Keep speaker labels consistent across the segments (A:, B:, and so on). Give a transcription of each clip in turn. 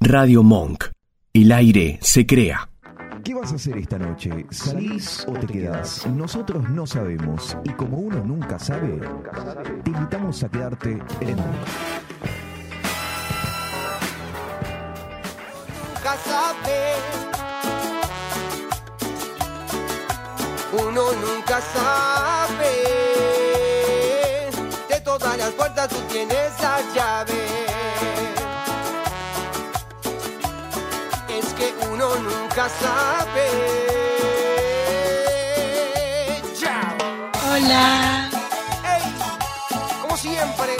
A: Radio Monk. El aire se crea.
B: ¿Qué vas a hacer esta noche? ¿Salís o te quedás? Nosotros no sabemos y como uno nunca sabe, te invitamos a quedarte en el mundo.
C: nunca sabe. Uno nunca sabe. De todas las puertas tú tienes la llave. Es que uno nunca sabe. Ya.
D: Hola.
C: Ey, como siempre.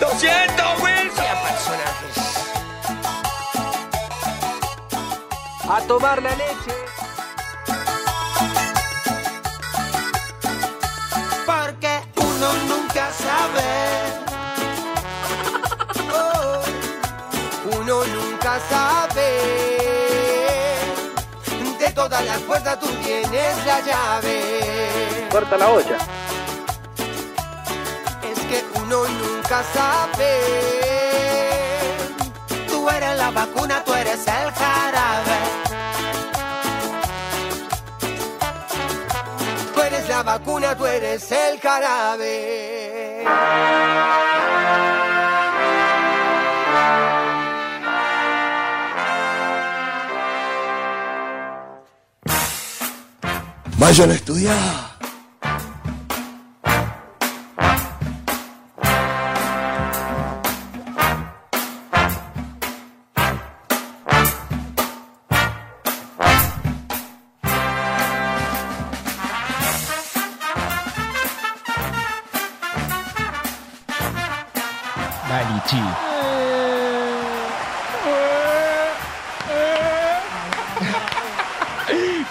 E: ¡Lo siento, Wilson!
C: Sea personajes.
E: ¡A tomar la leche!
C: Porque uno nunca sabe. Oh, uno nunca sabe. De todas las puertas tú tienes la llave.
E: Corta la olla.
C: Es que uno nunca sabe. Tú eres la vacuna, tú eres el jarabe. Tú eres la vacuna, tú eres el jarabe.
F: Vayan a estudiar.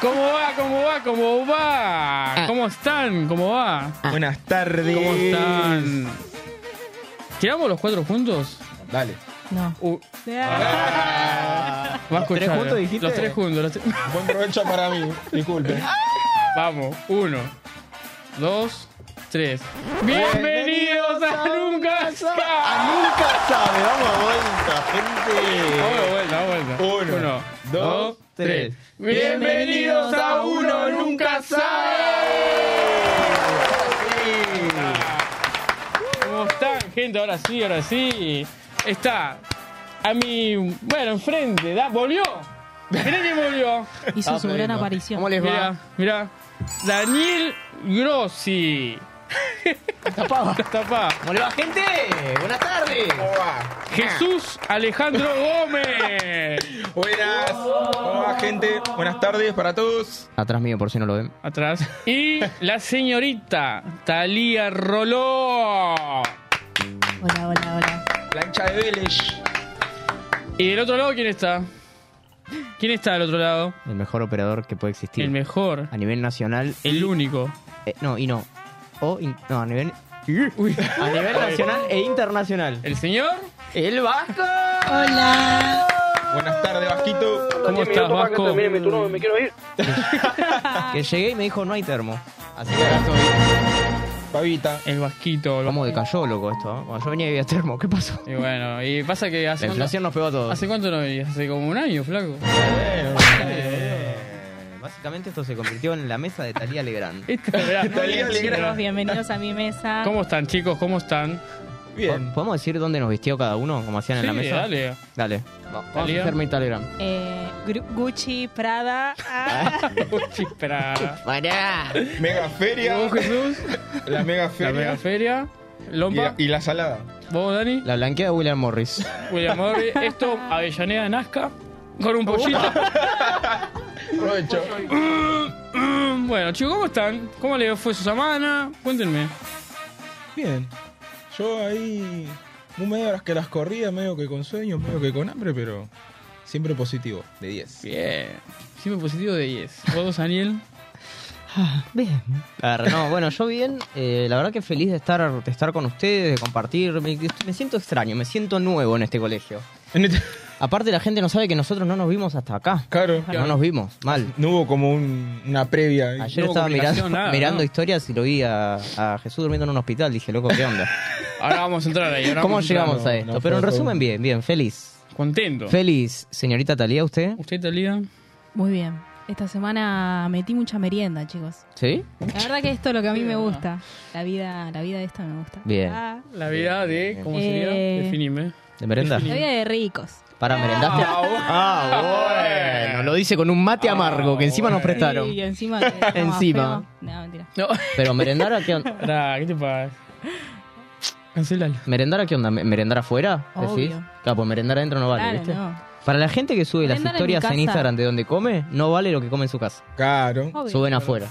G: ¿Cómo va? ¿Cómo va? ¿Cómo
H: Ah.
G: va? ¿Cómo están? ¿Cómo va?
H: Buenas tardes.
G: ¿Cómo están? ¿Tiramos los cuatro juntos?
H: Dale.
D: No.
G: Uh, va a
H: ¿Los tres
G: escuchar,
H: juntos
G: eh.
H: dijiste?
G: Los tres juntos. los tres-
H: Buen provecho para mí. Disculpe.
G: Vamos. Uno, dos, tres. ¡Bienvenidos a Nunca
H: A
G: Sabe!
H: Ah, nunca sabe. Vamos a vuelta,
G: Vamos,
H: gente.
G: vuelta, vuelta.
H: Uno, dos, tres.
G: ¡Bienvenidos a Uno Nunca Sabe! ¿Cómo están, gente? Ahora sí, ahora sí. Está a mi. Bueno, enfrente, ¿da? ¡Volvió! Mirá que volvió.
D: Hizo su gran aparición.
H: ¿Cómo les
G: Mirá,
H: va?
G: mirá. Daniel Grossi.
H: Tapado.
G: Tapá.
H: ¿Cómo le va, gente? Buenas tardes.
G: Jesús Alejandro Gómez.
H: Buenas. ¿Cómo va, gente? Buenas tardes para todos.
I: Atrás mío, por si no lo ven.
G: Atrás. Y la señorita Talía Roló.
D: Hola, hola, hola.
H: Plancha de Vélez.
G: ¿Y del otro lado quién está? ¿Quién está del otro lado?
I: El mejor operador que puede existir.
G: El mejor.
I: A nivel nacional.
G: El único.
I: eh, no, y no. O. in- no, a nivel.
G: Uy.
I: A nivel nacional e internacional.
G: ¿El señor?
I: ¡El Vasco!
D: Hola.
H: Buenas tardes, Vasquito.
G: ¿Cómo estás, Vasco?
I: Que llegué y me dijo no hay termo. Así que
H: Pavita.
G: El vasquito. el
I: cómo
G: Vasco.
I: decayó, loco, esto. ¿eh? Cuando yo venía y había termo, ¿qué pasó?
G: Y bueno, y pasa que hace
I: La inflación nos pegó a
G: cuánto,
I: todos.
G: ¿hace cuánto no venías? Hace como un año, flaco.
I: Básicamente esto se convirtió en la mesa de Talía Legrand.
G: Esta verdad.
H: Talía
D: Chicos,
H: Legrand.
D: bienvenidos a mi mesa.
G: ¿Cómo están, chicos? ¿Cómo están?
H: Bien.
I: ¿Podemos decir dónde nos vistió cada uno? Como hacían
G: Sí,
I: en la mesa.
G: dale.
I: Dale. Vamos
G: Talía.
I: a hacer mi Telegram.
D: Eh, Gru- Gucci, Prada. Ah.
G: Uchi, espera.
I: ¡Para!
H: Mega feria.
G: ¿Vos, Jesús?
H: La mega
G: La mega
H: feria.
G: feria.
H: Y la-
G: Lompa.
H: y la salada.
G: ¿Vos, Dani?
I: La blanquea de William Morris.
G: William Morris. Esto, Avellaneda Nazca. Con un pollito.
H: Provecho.
G: Mm, bueno, chicos, ¿cómo están? ¿Cómo les fue su semana? Cuéntenme.
H: Bien. Yo ahí. Un medio las que las corría, medio que con sueño, medio que con hambre, pero siempre positivo, de 10.
G: Bien. Siempre positivo de 10. ¿Vos, Daniel?
I: Bien. Claro, no, bueno, yo bien. eh, la verdad que feliz de estar, de estar con ustedes, de compartir. Me, me siento extraño, me siento nuevo en este colegio. Aparte la gente no sabe que nosotros no nos vimos hasta acá.
H: Claro.
I: No nos vimos, mal.
H: No hubo como un- una previa. ahí.
I: Ayer
G: No hubo
I: estaba mirando,
G: comunicación, nada,
I: mirando
G: ¿no?
I: historias y lo vi a, a Jesús durmiendo en un hospital. Dije, loco, ¿qué onda?
G: Ahora vamos a entrar ahí. ahora
I: ¿Cómo
G: vamos a entrar.
I: llegamos a
H: no,
I: esto?
H: no,
I: Pero en
H: fue-
I: resumen, bien, bien, feliz.
G: Contento.
I: Feliz, señorita Talía, ¿usted?
G: ¿Usted, Talía?
D: Muy bien. Esta semana metí mucha merienda, chicos.
I: ¿Sí?
D: La verdad que esto es lo que a mí me gusta. La vida, la vida de esta me gusta.
I: Bien.
D: Ah,
G: La vida de. ¿Cómo
D: Eh.
G: sería? Definime.
I: ¿De merendar?
D: la vida de ricos.
I: ¿Para merendaste?
G: Ah, bueno.
I: Ah, bueno. Lo dice con un mate amargo que encima nos prestaron.
D: Sí, y encima. que- no,
I: Encima.
D: feo. No, mentira.
G: No.
I: Pero merendar a qué onda?
G: Pará, ¿qué te pasa? Cancelala.
I: ¿Merendar a qué onda? ¿Me- ¿Merendar afuera?
D: Obvio.
I: ¿Decís? Claro, pues merendar adentro no vale,
D: Claro,
I: ¿viste?
D: no.
I: Para la gente que sube las
D: Merendar en mi
I: historias en,
D: casa.
I: Instagram de donde come, no vale lo que come en su casa.
H: Claro.
D: Obvio.
I: Suben afuera.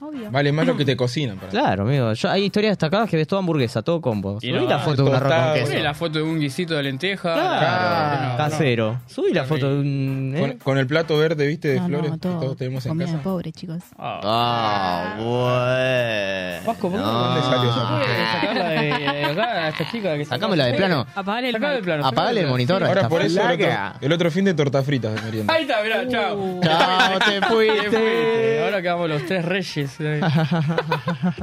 D: Obvio.
H: Vale más lo que te cocinan. Para
I: Claro, amigo. Yo- hay historias destacadas que ves todo hamburguesa, todo combo.
G: Y
I: Subí
G: no,
I: la foto de un arroz con
H: tostado.
I: queso.
G: Ponle la foto de un guisito de lenteja.
I: Claro,
G: No, no.
I: casero. Subí la foto de un... ¿eh?
H: Con, con el plato verde, viste, de
D: No, no,
H: flores que
D: todo.
H: todos tenemos en
D: Comida de
H: casa.
D: pobre, chicos.
G: Ah.
I: Ah, bueno.
G: Vasco, ¿por qué
I: No.
G: no
H: ¿Dónde salió esa?
G: puedes sacarla de, de acá a esta chica? Que
I: Sacámela de plano.
D: Apagar el
G: Sacala de
D: mic.
G: plano.
I: Apagale el monitor.
H: Ahora
I: esta
H: por eso el
I: flaca.
H: otro, el otro fin de torta fritas de merienda.
G: Ahí está,
I: Uh.
G: mirá, chao.
I: Chao, te
G: Qué fuerte.
I: fuiste.
G: Ahora quedamos los tres reyes. eh.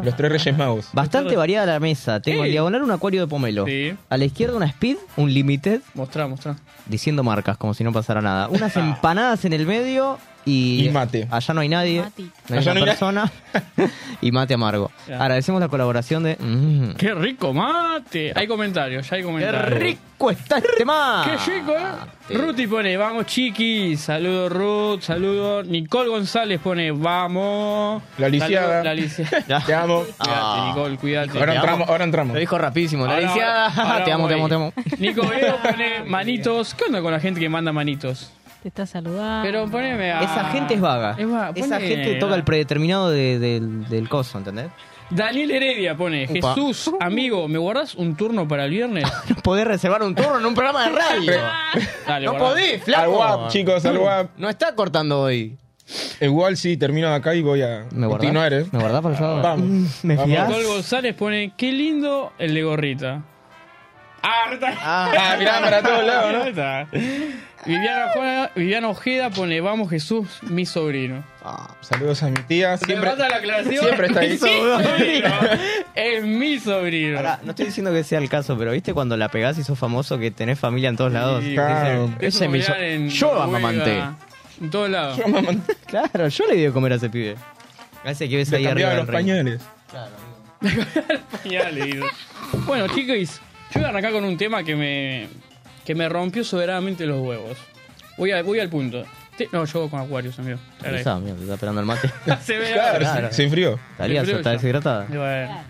H: Los tres Reyes Magos.
I: Bastante variada la mesa. Tengo
G: Sí.
I: en diagonal un acuario de pomelo.
G: Sí.
I: A la izquierda una speed, un limited,
G: Mostrá, mostrá.
I: diciendo marcas como si no pasara nada. Unas
G: Ah.
I: empanadas en el medio y...
H: Y mate.
I: Allá no hay nadie.
D: Mati.
I: No hay
H: Allá
I: una
H: no hay
I: persona. y mate amargo.
G: Claro.
I: Agradecemos la colaboración de... Mm.
G: ¡Qué rico mate! Hay comentarios, ya hay
I: ¡Qué
G: comentarios.
I: rico está este más!
G: ¡Qué rico, eh! Ruti pone, vamos chiquis. Saludo Ruth, saludo. Nicole González pone, vamos.
H: La lisiada.
G: Saludo, La lisiada.
H: Te amo.
G: Cuídate, Nicole, cuídate.
H: Ahora
I: Ah. te amo.
H: entramos, ahora entramos.
I: Lo dijo rapidísimo. La
G: Ahora-
I: lisiada.
G: ahora
I: te amo, te amo,
G: vamos
I: te
G: ahí.
I: amo.
G: Nico Veo pone manitos. ¿Qué onda con la gente que manda manitos?
D: Te está saludando.
G: Pero poneme a...
I: Ah. Esa gente es vaga.
G: Es vaga,
I: Esa
G: ponle-
I: gente toca el predeterminado de- del, del coso, ¿entendés?
G: Daniel Heredia pone,
I: Upa.
G: Jesús, amigo, ¿me guardás un turno para el viernes?
I: No podés reservar un turno en un programa de radio.
G: Dale,
I: no
G: guardá.
I: podés,
H: Al
I: flaco. Mm.
H: WAP, chicos, al WAP.
I: No está cortando hoy.
H: Igual sí, termino acá y voy a
I: ¿Me guardás?
H: continuar, ¿eh?
I: ¿Me guardás, por favor? Mm,
H: Vamos.
I: ¿Me
H: Vamos.
I: fiás?
G: Nicole González pone, qué lindo el de gorrita. Ah, no está.
I: Ah,
H: Ah, mirá, para todos lados,
G: No
H: ¿no?
G: está. Viviana, Juana- Viviana Ojeda pone, vamos Jesús, mi sobrino.
I: ah.
H: Saludos a mi tía. Siempre,
G: Me mata la aclaración.
H: siempre está ahí.
G: Sobrino. Es mi sobrino.
I: Pará, no estoy diciendo que sea el caso, pero viste cuando la pegás y sos famoso que tenés familia en todos lados.
G: Sí,
H: claro.
I: Dicen,
G: Es
I: ese es mi so-
G: familiar en
I: Yo
G: Noruega,
I: amamanté.
G: En todos lados.
I: Claro, yo le di de comer a ese pibe. Gracias que ves
H: Le
I: ahí arriba
H: cambiaba
I: del
H: los
I: ring.
H: pañales.
G: Ya le digo. Bueno, chicos, yo voy a arrancar con un tema que me, que me rompió soberanamente los huevos. Voy, a- voy al punto. Te- no, yo con Acuarios, amigo. Te agradezco.
I: Esa, mira, te está esperando el mate.
G: Se ve
H: Claro,
G: ahora.
H: se enfrió.
I: Talía,
G: Te creo
I: está
G: yo.
I: deshidratada.
G: Y bueno.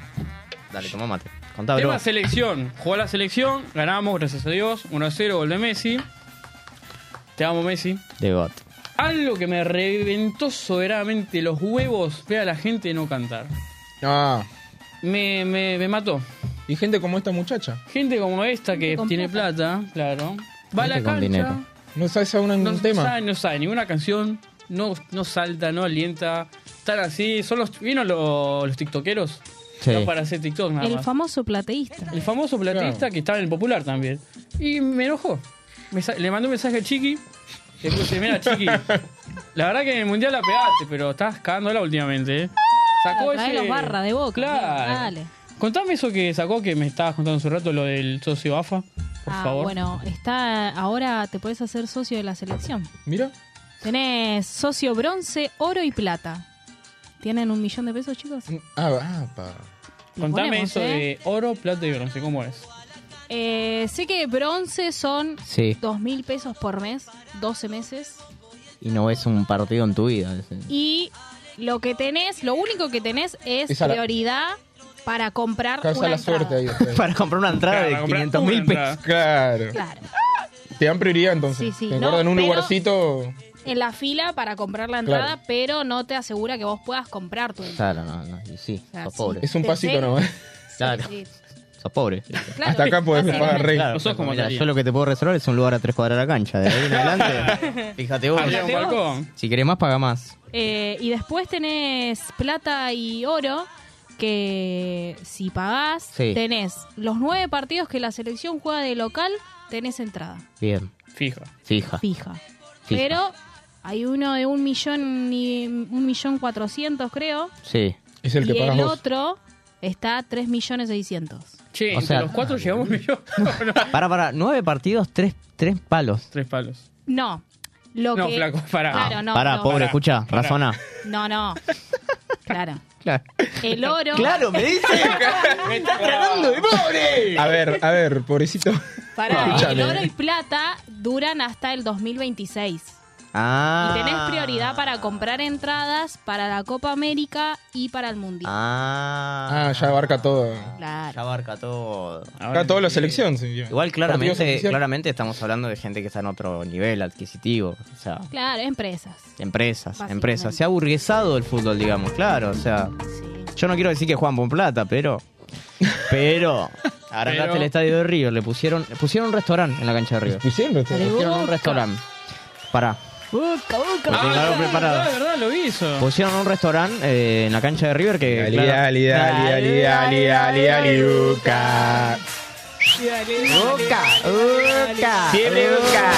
I: Dale, toma mate. Contá, bro.
G: Tema selección. Jugó la selección, ganamos, gracias a Dios. 1 a 0, gol de Messi. Te amo, Messi.
I: De God.
G: Algo que me reventó soberanamente los huevos fue a la gente no cantar.
H: Ah,
G: Me, me, me mató.
H: y gente como esta muchacha.
G: Gente como esta que
D: con
G: tiene plata, claro. Va a la
I: Gente con
G: cancha.
I: dinero.
H: No sabes aún
G: No,
H: un tema.
G: Sabe, no sabe ninguna canción, no, no salta, no alienta. Están así, son los. ¿Vieron los, los tiktokeros?
I: Sí.
G: No para hacer tiktok nada
D: El
G: más.
D: famoso plateísta.
G: el famoso plateísta
H: Claro.
G: que estaba en el popular también. Y me enojó. Me sa- le mandé un mensaje a Chiqui. Le puse, mira, Chiqui. La verdad que en el mundial la pegaste, pero estás cagándola últimamente, ¿eh? Sacó
D: Ah, Trae
G: ese.
D: los barra de boca.
G: Claro.
D: Dale.
G: Contame eso que sacó que me estabas contando hace un rato, lo del socio AFA. Por
D: Ah,
G: favor.
D: Bueno, está ahora te puedes hacer socio de la selección.
H: Mira,
D: Tenés socio bronce, oro y plata. ¿Tienen un millón de pesos, chicos?
H: Ah, ah, pa.
D: Lo
G: Contame
D: ponemos,
G: eso
D: ¿eh?
G: de oro, plata y bronce. ¿Cómo es?
D: Eh, sé que bronce son
I: Sí.
D: dos mil pesos por mes, 12 meses.
I: Y no ves un partido en tu vida. ese.
D: Y lo que tenés, lo único que tenés es
H: Esa la-
D: prioridad para comprar
H: Causa
D: Ah, una
H: la
D: entrada.
H: suerte ahí. después.
I: Para comprar una entrada
G: Claro,
I: de
G: comprar
I: 500 mil
G: una
I: pesos.
G: entrada.
H: Claro.
D: Claro.
H: Te dan prioridad entonces.
D: Sí, sí,
H: Te
D: no,
H: guardan un
D: pero-
H: lugarcito.
D: En la fila para comprar la entrada, pero no te asegura que vos puedas comprar tu entrada.
I: Claro, no, no. Y sí,
D: Ah,
I: sos
D: sí.
I: pobre.
H: Es un
D: Te
H: pasito
D: sé.
H: nomás.
I: Claro,
D: Sí,
I: sos pobre.
D: claro.
H: Hasta acá podés
D: Básicamente.
H: pagar rey.
I: Claro,
G: sos como
I: mira,
G: Talía.
I: yo lo que te puedo reservar es un lugar a tres cuadras de la cancha. De ahí en adelante, fíjate vos.
G: Había un balcón.
I: Si querés más, paga más.
D: Eh, y después tenés plata y oro, que si pagás,
I: Sí.
D: tenés los nueve partidos que la selección juega de local, tenés entrada
I: Bien,
G: Fija.
I: fija.
D: fija.
I: Fija.
D: Pero hay uno de un millón y un millón cuatrocientos, creo.
I: Sí.
H: Es el que
D: y
H: pagas
D: el
H: vos.
D: otro está a tres millones seiscientos.
G: Che,
I: O
G: entre
I: sea-
G: los cuatro llegamos un millón. No, no.
I: Para, para, nueve partidos, tres, tres palos.
G: Tres palos.
D: No. Lo
G: No,
D: que...
G: flaco, pará.
D: Ah, Claro, no.
I: para,
D: no.
I: pobre, escucha,
G: Pará.
I: razona.
D: No, no. Claro.
I: Claro.
D: El oro.
I: me dice.
G: Me estás tratando de pobre.
H: A ver, a ver, pobrecito.
D: Pará,
H: Escuchame.
D: el oro y plata duran hasta el 2026.
I: Ah.
D: Y tenés prioridad para comprar entradas para la Copa América y para el Mundial.
I: Ah.
H: Ah, ya abarca todo.
I: Ya
D: Claro.
I: abarca todo.
H: Acá toda la selección. sí, ya.
I: Igual
H: Partidos
I: claramente,
H: oficiales.
I: claramente estamos hablando de gente que está en otro nivel adquisitivo. O sea,
D: Claro, empresas.
I: empresas,
D: Básicamente.
I: empresas. Se ha burguesado el fútbol, digamos, claro. O sea,
D: Sí.
I: yo no quiero decir que Juan con plata, pero. Pero. Arreglaste
G: Pero-
I: el estadio de River, le pusieron, le pusieron un restaurante en la cancha de River.
H: Siempre está.
I: Le pusieron un restaurante. Pará. Porque
G: Ah,
I: llegaron
G: es verdad,
I: preparados.
G: es verdad, lo hizo.
I: Pusieron un restaurante eh, en la cancha de River que.
H: Ali,
I: claro-
H: ali, ali, ali, ali, ali, ali, uca.
I: Boca, Boca,
H: Siempre
I: Boca.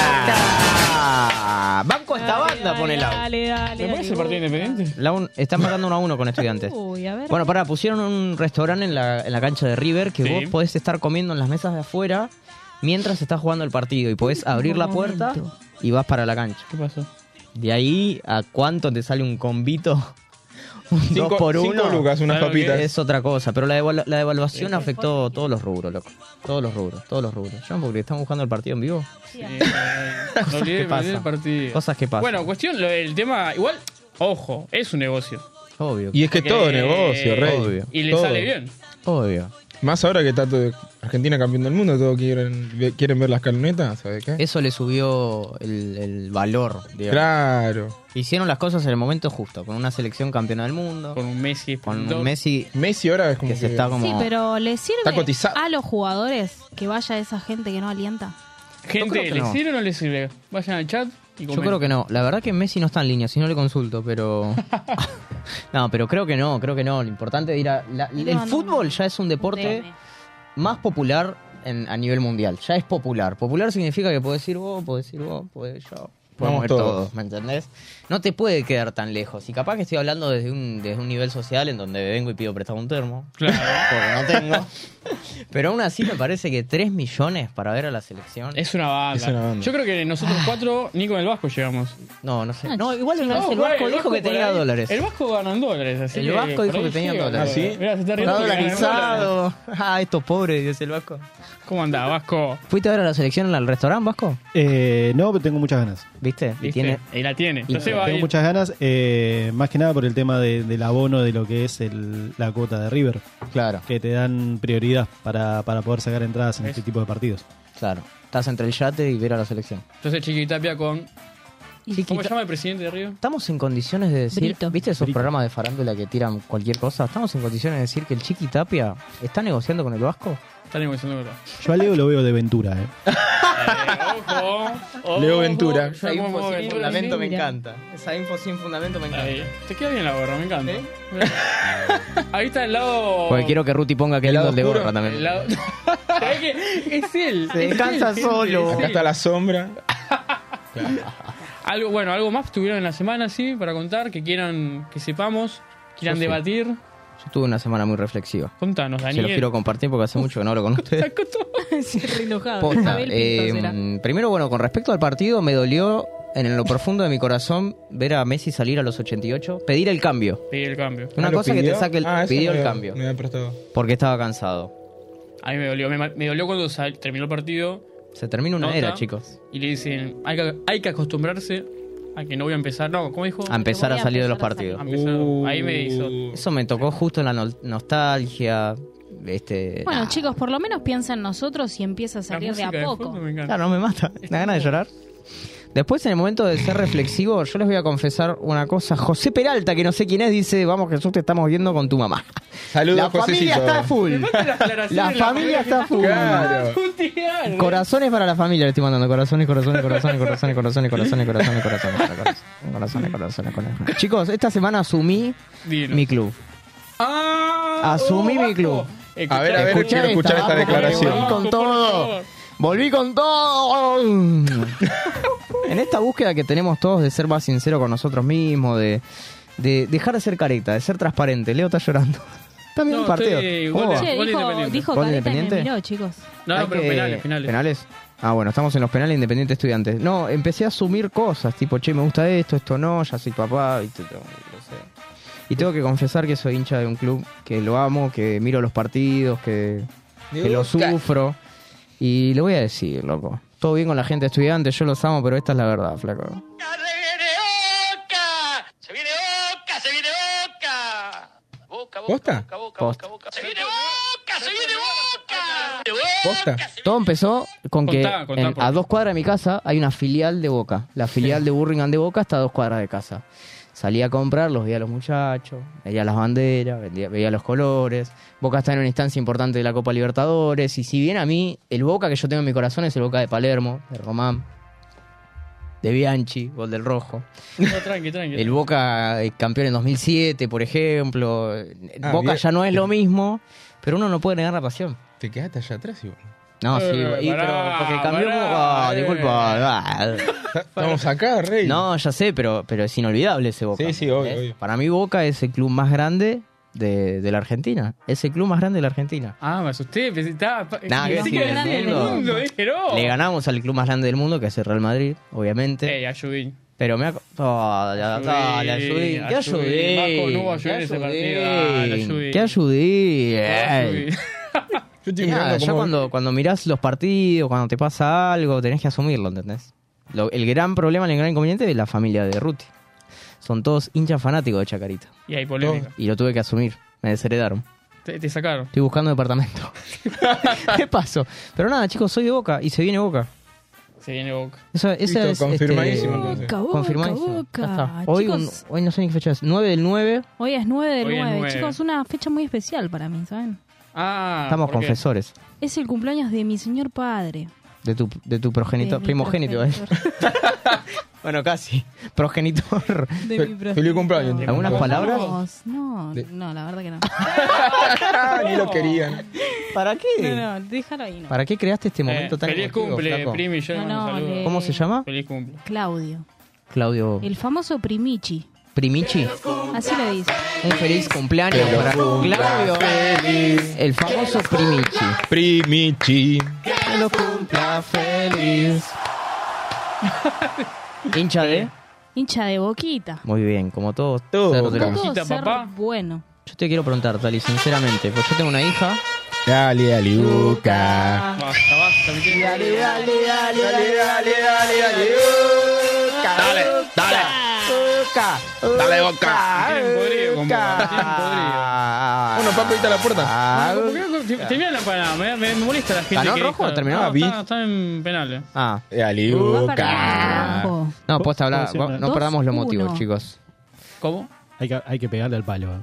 I: Banco a
D: Dale,
I: esta banda,
D: dale,
I: pone la.
D: Dale, dale.
G: ¿Me pones el
D: dale.
G: partido independiente?
I: La un- están matando uno a uno con estudiantes.
D: Uy, a ver.
I: Bueno, pará, pusieron un restaurante en la, en la cancha de River que
G: Sí.
I: vos podés estar comiendo en las mesas de afuera mientras estás jugando el partido y podés abrir la puerta y vas para la cancha.
G: ¿Qué pasó?
I: De ahí a cuánto te sale un combito, un
H: Cinco,
I: dos por
H: cinco
I: uno.
H: lucas, unas
G: Claro que
H: papitas.
I: Es otra cosa, pero la, devalu- la devaluación afectó todos los rubros, loco. Todos los rubros, todos los rubros. Yo porque estamos buscando el partido en vivo.
D: Sí,
G: Eh, me olvidé,
I: que
G: me olvidé del
I: pasan.
G: partido.
I: Cosas que pasan.
G: Bueno, cuestión, lo- el tema, igual, ojo, es un negocio.
I: Obvio.
H: Y es que es todo
G: Porque-
H: negocio, rey.
I: Obvio.
G: Y le
H: Todo.
G: sale bien.
I: Obvio.
H: Más ahora que está todo Argentina campeón del mundo, todos quieren, ve- quieren ver las calonetas, ¿sabes qué?
I: Eso le subió el, el valor. digamos.
H: Claro.
I: Hicieron las cosas en el momento justo, con una selección campeona del mundo,
G: Con un Messi.
I: con
G: dos-
I: un Messi
H: Messi ahora es como
I: que
H: que,
I: se está como...
D: Sí, pero ¿le sirve
H: Está cotizado.
D: a los jugadores que vaya esa gente que no alienta?
I: Yo
G: Gente,
I: creo que
G: ¿le
I: no.
G: sirve o no le sirve? Vayan al chat y
I: Yo creo que no. La verdad que Messi no está en línea, si no le consulto, pero... no, pero creo que no, creo que no. Lo importante es ir a... la- el
D: No, no,
I: fútbol
D: no.
I: ya es un deporte
D: Deme.
I: más popular en- a nivel mundial. Ya es popular. Popular significa que podés ir vos, podés ir vos, podés yo. Podemos
H: Vamos
I: ir
H: todos.
I: todos, ¿me entendés? No te puede quedar tan lejos. Y capaz que estoy hablando desde un, desde un nivel social en donde vengo y pido prestado un termo.
G: Claro.
I: Porque no tengo. Pero aún así me parece que 3 millones para ver a la selección.
G: Es una, banda.
H: Es una banda.
G: Yo creo que nosotros
I: Ah.
G: cuatro, ni con el Vasco llegamos.
I: No, no sé. No, igual el,
G: Ah, No,
I: el
G: güey,
I: Vasco dijo que
G: por
I: tenía
G: ahí-
I: dólares.
G: El Vasco ganan dólares. Así
I: El
G: que
I: Vasco
G: por
I: dijo
G: ahí
I: que tenía
G: llega.
I: dólares.
H: ¿Ah, sí?
G: Mirá, se está riendo
I: Está
G: porque ganan dólares.
I: dolarizado. Ah, estos pobres, dice el Vasco.
G: ¿Cómo andás, Vasco?
I: ¿Fuiste a ver a la selección al restaurante, Vasco?
J: Eh, no, pero tengo muchas ganas.
I: ¿Viste? Y
G: ¿Viste?
I: tiene.
G: Ahí la tiene.
J: Y
G: Entonces va a
J: tengo
G: ir.
J: muchas ganas, eh, más que nada por el tema de- del abono de lo que es el- la cuota de River,
I: Claro,
J: que te dan prioridad para, para poder sacar entradas en
G: Es-
J: este tipo de partidos.
I: claro. Estás entre el yate y ver a la selección.
G: Entonces Chiquitapia con... ¿Cómo
I: Chiquita-
G: se llama el presidente de Río?
I: Estamos en condiciones de decir,
D: Brito.
I: ¿viste esos programas de farándula que tiran cualquier cosa? Estamos en condiciones de decir que el Chiqui Tapia está negociando con el Vasco.
G: Está negociando con
J: Yo a Leo lo veo de Ventura, ¿eh?
G: Ojo, Eh, ojo.
H: Leo Ventura.
G: Yo como Ventura, sí, mira.
I: encanta. Esa info sin fundamento me
G: Ahí. Te queda bien la gorra, me encanta. Mirá. Ahí está el lado.
I: Porque Pues quiero que Ruti ponga que lindo el de
H: oscuro,
I: gorra también.
G: El lado... es, que es él.
I: Se
G: es él,
I: cansa
G: gente,
I: solo.
G: es
H: Acá
G: él.
H: está la sombra.
G: Algo, bueno, algo más tuvieron en la semana, sí, para contar, que quieran que sepamos, quieran
I: Yo sí.
G: debatir.
I: Yo tuve una semana muy reflexiva.
G: Contanos,
I: Se
G: Daniel.
I: los quiero compartir porque hace mucho que no hablo con ustedes.
D: Sí, re enojado.
I: Posta,
D: Isabel
I: eh,
D: Pinto será.
I: primero, bueno, con respecto al partido, me dolió en lo profundo de mi corazón ver a Messi salir a los 88, pedir el cambio.
G: Pedir el cambio.
I: Una
H: ¿Lo
I: cosa que te
H: pidió?
I: saque el,
H: Ah, eso
I: pidió
H: me
I: el
H: había-
I: cambio.
H: Me habían prestado.
I: Porque estaba cansado.
G: A mí me dolió. Me, ma- me dolió cuando sal- terminó el partido
I: Se termina una
G: Nota.
I: era, chicos.
G: y le dicen: hay que, hay que acostumbrarse a que no voy a empezar. No, ¿cómo dijo?
I: A empezar
D: voy
I: a
D: a
I: salir de los
D: empezar a
I: partidos.
G: A empezar.
I: Uh.
G: Ahí me hizo.
I: Eso me tocó justo en la no- nostalgia. Este,
D: Bueno,
I: nah.
D: chicos, por lo menos piensa en nosotros y empieza a
G: La
D: salir de
G: música
D: a
G: de
D: poco.
G: fondo me encanta.
I: Claro, no me mata. Me da ganas de llorar. Después, en el momento de ser reflexivo, yo les voy a confesar una cosa. José Peralta, que no sé quién es, dice: Vamos, Jesús, te estamos viendo con tu mamá.
H: Saludos,
I: la familia
H: Josecito.
I: está full.
G: las aclaraciones,
I: La
G: la
I: familia está full.
H: Claro.
G: Putear.
I: Corazones para la familia, le estoy mandando. Corazones, corazones, corazones, corazones, corazones, corazones, corazones, corazones, corazones, corazones, corazones, corazones. Chicos, esta semana asumí
G: Dinos.
I: mi club.
G: Ah,
I: Asumí mi
G: Vasco.
I: club.
G: Escuchá,
H: A ver, a ver,
G: escuchá.
H: quiero escuchar esta
I: vamos,
H: declaración.
I: Volví con
G: Por
I: todo.
G: favor.
I: Volví con todo. en esta búsqueda que tenemos todos de ser más sincero con nosotros mismos, de, de dejar de ser careta, de ser transparente. Leo está llorando. También
G: No,
I: un partido.
G: estoy-
I: ¿Cómo
G: gol de-
I: va?
D: Che,
G: Gol
D: dijo,
G: Independiente.
D: dijo
I: ¿Gol
D: Caleta y me
I: Independiente?
D: miró, chicos.
G: No,
I: Hay
G: no, pero
I: que-
G: penales, penales.
I: Ah, bueno, estamos en los penales independientes estudiantes. No, empecé a asumir cosas, tipo, che, me gusta esto, esto no, ya soy papá, y, te- te- no sé. Y tengo que confesar que soy hincha de un club que lo amo, que miro los partidos, que,
H: Me
I: que lo
H: gusta.
I: sufro. Y le voy a decir, loco. Todo bien con la gente estudiante, yo los amo, pero esta es la verdad, flaco.
E: ¡Se viene Boca! ¡Se viene Boca! ¡Se viene Boca! Boca, boca,
H: ¿Posta?
E: boca, boca,
I: Posta.
E: boca, boca. ¡Se viene Boca! ¡Se viene Boca! ¡Se viene Boca!
H: Posta.
I: Todo empezó con que
G: Contá, contá,
I: en-
G: por
I: a
G: qué.
I: dos cuadras de mi casa hay una filial de Boca. La filial de Burlingame de Boca está a dos cuadras de casa. Salí a comprar, los veía a los muchachos, veía las banderas, vendía- veía los colores. Boca está en una instancia importante de la Copa Libertadores. Y si bien a mí, el Boca que yo tengo en mi corazón es el Boca de Palermo, de Román, de Bianchi, gol del Rojo.
G: No, tranqui, tranqui.
I: El Boca eh, campeón en 2007, por ejemplo.
H: Ah,
I: Boca
H: bien.
I: ya no es lo mismo, pero uno no puede negar la pasión.
H: Te quedaste allá atrás igual.
I: No,
G: Eh,
I: sí, y-
G: pará,
I: pero porque cambió
G: pará,
I: como- ah,
G: eh.
I: disculpa. ah.
H: Estamos acá, Rey.
I: No, ya sé, pero, pero es inolvidable ese Boca.
H: Sí, sí, obvio,
I: ¿entendés?
H: obvio.
I: Para mí Boca es el club más grande de, de la Argentina. Es el club más grande de la Argentina.
G: Ah, me asusté. Pensé, estaba-
I: Nah,
G: pensé
I: que
G: que
I: sí,
G: era
I: del
G: el
I: mundo.
G: mundo, eh, dije, no.
I: Le ganamos al club más grande del mundo, que es el Real Madrid, obviamente.
G: Ey, ayudín.
I: Pero me ha... Oh, la-
G: Ayudín,
I: dale, ayudín. ¿Qué
G: ayudín.
I: ayudín?
G: Vasco no hubo
I: ¿Qué
G: ayudín en ese partido. Dale, ayudín.
I: ayudín? ¿Qué ayudín? Ey.
G: Ayudín.
H: Yo estoy
I: Y nada,
H: mirando
I: ya
H: cómo-
I: cuando, cuando mirás los partidos, cuando te pasa algo, tenés que asumirlo, ¿entendés? Lo- el gran problema, el gran inconveniente es la familia de Ruti. Son todos hinchas fanáticos de Chacarita.
G: Y hay polémica.
I: Y lo tuve que asumir. Me desheredaron.
G: Te, te sacaron.
I: Estoy buscando departamento. ¿Qué paso? Pero nada, chicos, soy de Boca y se viene Boca.
G: Se viene Boca.
I: Esa, esa
H: Listo,
I: es.
H: confirmadísimo,
I: este,
H: entonces.
D: Boca, boca,
I: confirmadísimo.
D: boca.
I: Ya está. Hoy, un-
D: Chicos,
I: hoy no sé ni qué fecha es. 9 del 9.
D: hoy es 9 del
G: Hoy es
D: 9.
G: nueve.
D: Chicos, una fecha muy especial para mí, ¿saben?
G: Ah,
I: Estamos
G: ¿por qué?
I: confesores.
D: Es el cumpleaños de mi señor padre.
I: De tu, de tu
D: De
I: progenitor.
D: mi
I: primogénito, ¿eh?
D: progenitor.
I: Bueno, casi. Progenitor.
D: De
H: Fe-
D: mi progenitor.
H: feliz cumpleaños.
I: ¿Algunas palabras?
D: Vamos. No,
H: De-
D: no, la verdad que no.
H: Ah, ni lo querían.
I: ¿Para qué?
D: No, no, déjalo ahí. No.
I: ¿Para qué creaste este
G: Eh,
I: momento tan
G: feliz
I: emotivo,
G: cumple,
I: flaco?
G: primi. Yo le
D: No,
G: mando
D: no,
G: saludos.
D: le-
I: ¿Cómo se llama?
G: Feliz cumple.
D: Claudio.
I: Claudio
D: El famoso Primichi.
I: Primichi.
D: Así le dice.
I: Un feliz cumpleaños para Claudio. El famoso Primichi.
H: Primichi.
I: Que lo cumpla feliz. Hincha de.
D: Hincha de boquita.
I: Muy bien, como todos.
H: Todo.
I: cerdos de la-
D: No todo
G: Boquita,
D: ser
G: papá.
D: bueno.
I: Yo te quiero preguntar, Tali, sinceramente, pues yo tengo una hija.
H: Dale, dale, Uca.
G: Basta, basta. me tiene-
I: dale, dale, dale, dale, dale, dale.
F: Dale, dale. Dale, boca.
G: Tienen podrido con Boca, tienen podrido. Ah,
H: Bueno, papo, ahí está la puerta.
I: Ah,
G: ¿Por qué? Te- Te miran la empanada, me, me molesta la gente.
I: ¿Ganó
G: que
I: rojo?
G: deja-
I: ¿Terminó?
G: No,
I: Ah,
G: está-
I: Biff.
G: está en penales.
I: ah.
H: Dale,
D: Va para
H: Uca.
D: abajo.
I: No, posta hablar.
J: Sí,
I: No
D: dos,
I: perdamos los
D: uno.
I: motivos, chicos.
G: ¿Cómo?
J: Hay que, hay que pegarle al palo. ¿eh?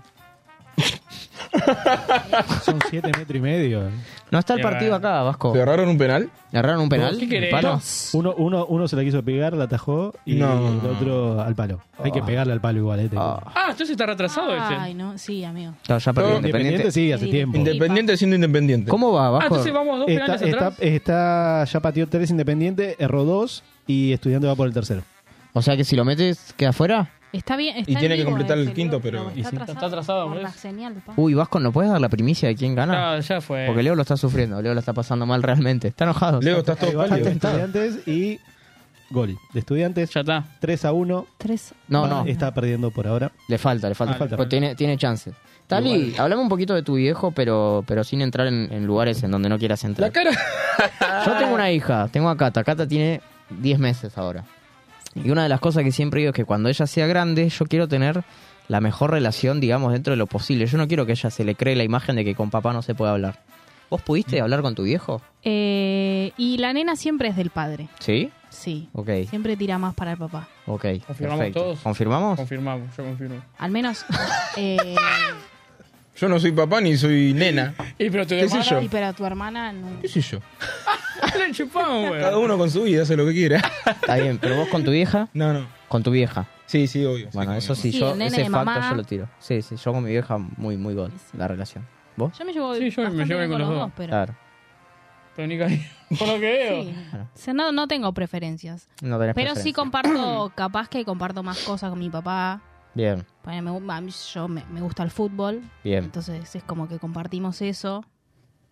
J: Son 7 metros y medio. ¿eh?
I: No está el
G: Qué
I: partido
G: bueno.
I: acá, Vasco.
H: ¿Te agarraron un penal?
I: ¿Le erraron un penal?
G: ¿Qué
I: ¿El
G: querés?
I: palo?
J: Uno, uno, uno se la quiso pegar, la atajó y
H: No.
J: el otro al palo. Hay que pegarle al palo igual, ¿eh? te digo.
I: Ah.
G: Ah, entonces está retrasado
D: Ay,
G: ese.
D: no. Sí, amigo.
I: No, ya perdió
J: Independiente
I: Independiente.
J: sí, hace
D: Sí.
J: tiempo.
D: Inde-
H: Independiente siendo independiente.
I: ¿Cómo va,
G: Ah,
I: Vasco?
G: entonces vamos dos
J: Está,
G: penales
J: está,
G: atrás.
J: está- ya pateó 3 Independiente, erró 2 y Estudiante va por el tercero.
I: O sea que si lo metes, queda afuera.
D: Está bien. Está
H: Y
D: en
H: tiene que
D: vivo
H: completar el
D: ese,
H: quinto,
D: loco,
H: pero-
G: Y sí,
D: Está
G: está atrasado,
D: por
G: por
D: la
G: eso.
D: señal, pa.
I: Uy, Vasco, ¿no puedes dar la primicia de quién gana?
G: Ah, ya fue.
I: Porque Leo lo está sufriendo, Leo la está pasando mal realmente. Está enojado.
H: Leo, estás todo
J: Ahí va,
H: pálido.
J: Estudiantes y gol de Estudiantes.
G: Ya está.
J: 3 a 1.
D: Tres.
I: No,
J: Va,
I: no,
J: Está perdiendo por ahora.
I: le falta, le falta.
J: Ah, le falta.
I: Pero tiene, tiene chances. Tali, hablame un poquito de tu viejo, pero, pero sin entrar en, en lugares en donde no quieras entrar.
H: La cara.
I: Yo tengo una hija, tengo a Cata. Cata tiene 10 meses ahora. Y una de las cosas que siempre digo es que cuando ella sea grande, yo quiero tener la mejor relación, digamos, dentro de lo posible. Yo no quiero que ella se le cree la imagen de que con papá no se puede hablar. ¿Vos
J: Mm.
I: pudiste hablar con tu viejo?
D: Eh, y la nena siempre es del padre.
I: Sí.
D: Sí.
I: Ok,
D: Siempre tira más para el papá.
I: ok.
G: ¿Confirmamos
I: perfecto.
G: todos?
I: ¿Confirmamos?
G: Confirmamos, yo confirmo.
D: Al menos. eh,
H: Yo no soy papá ni soy nena.
G: Y pero tu
H: ¿Qué sé
G: hermana
H: yo?
D: y pero a tu hermana no.
H: ¿Qué sé yo?
G: le chupamos, güey.
H: Cada uno con su vida hace lo que quiera.
I: Está bien, pero vos con tu vieja,
H: No, no.
I: con tu vieja.
H: Sí, sí, obvio.
I: Bueno, eso sí,
D: Sí,
I: yo,
D: el nene
I: ese
D: de
I: facto
D: mamá.
I: yo lo tiro. Sí, sí, yo con mi vieja muy, muy gol la relación. ¿Vos?
D: Yo me llevo.
G: Sí, yo me
D: bastante
G: llevo
D: bien
G: con los dos.
D: pero.
I: Claro.
G: Tony Cari- Por lo que veo.
D: Sí. O sea, no, no tengo preferencias.
I: No tenés
D: Pero sí
I: preferencia.
D: comparto, capaz que comparto más cosas con mi papá.
I: Bien.
D: Ponele, me gu- a mí- yo me, me gusta el fútbol.
I: Bien.
D: Entonces es como que compartimos eso.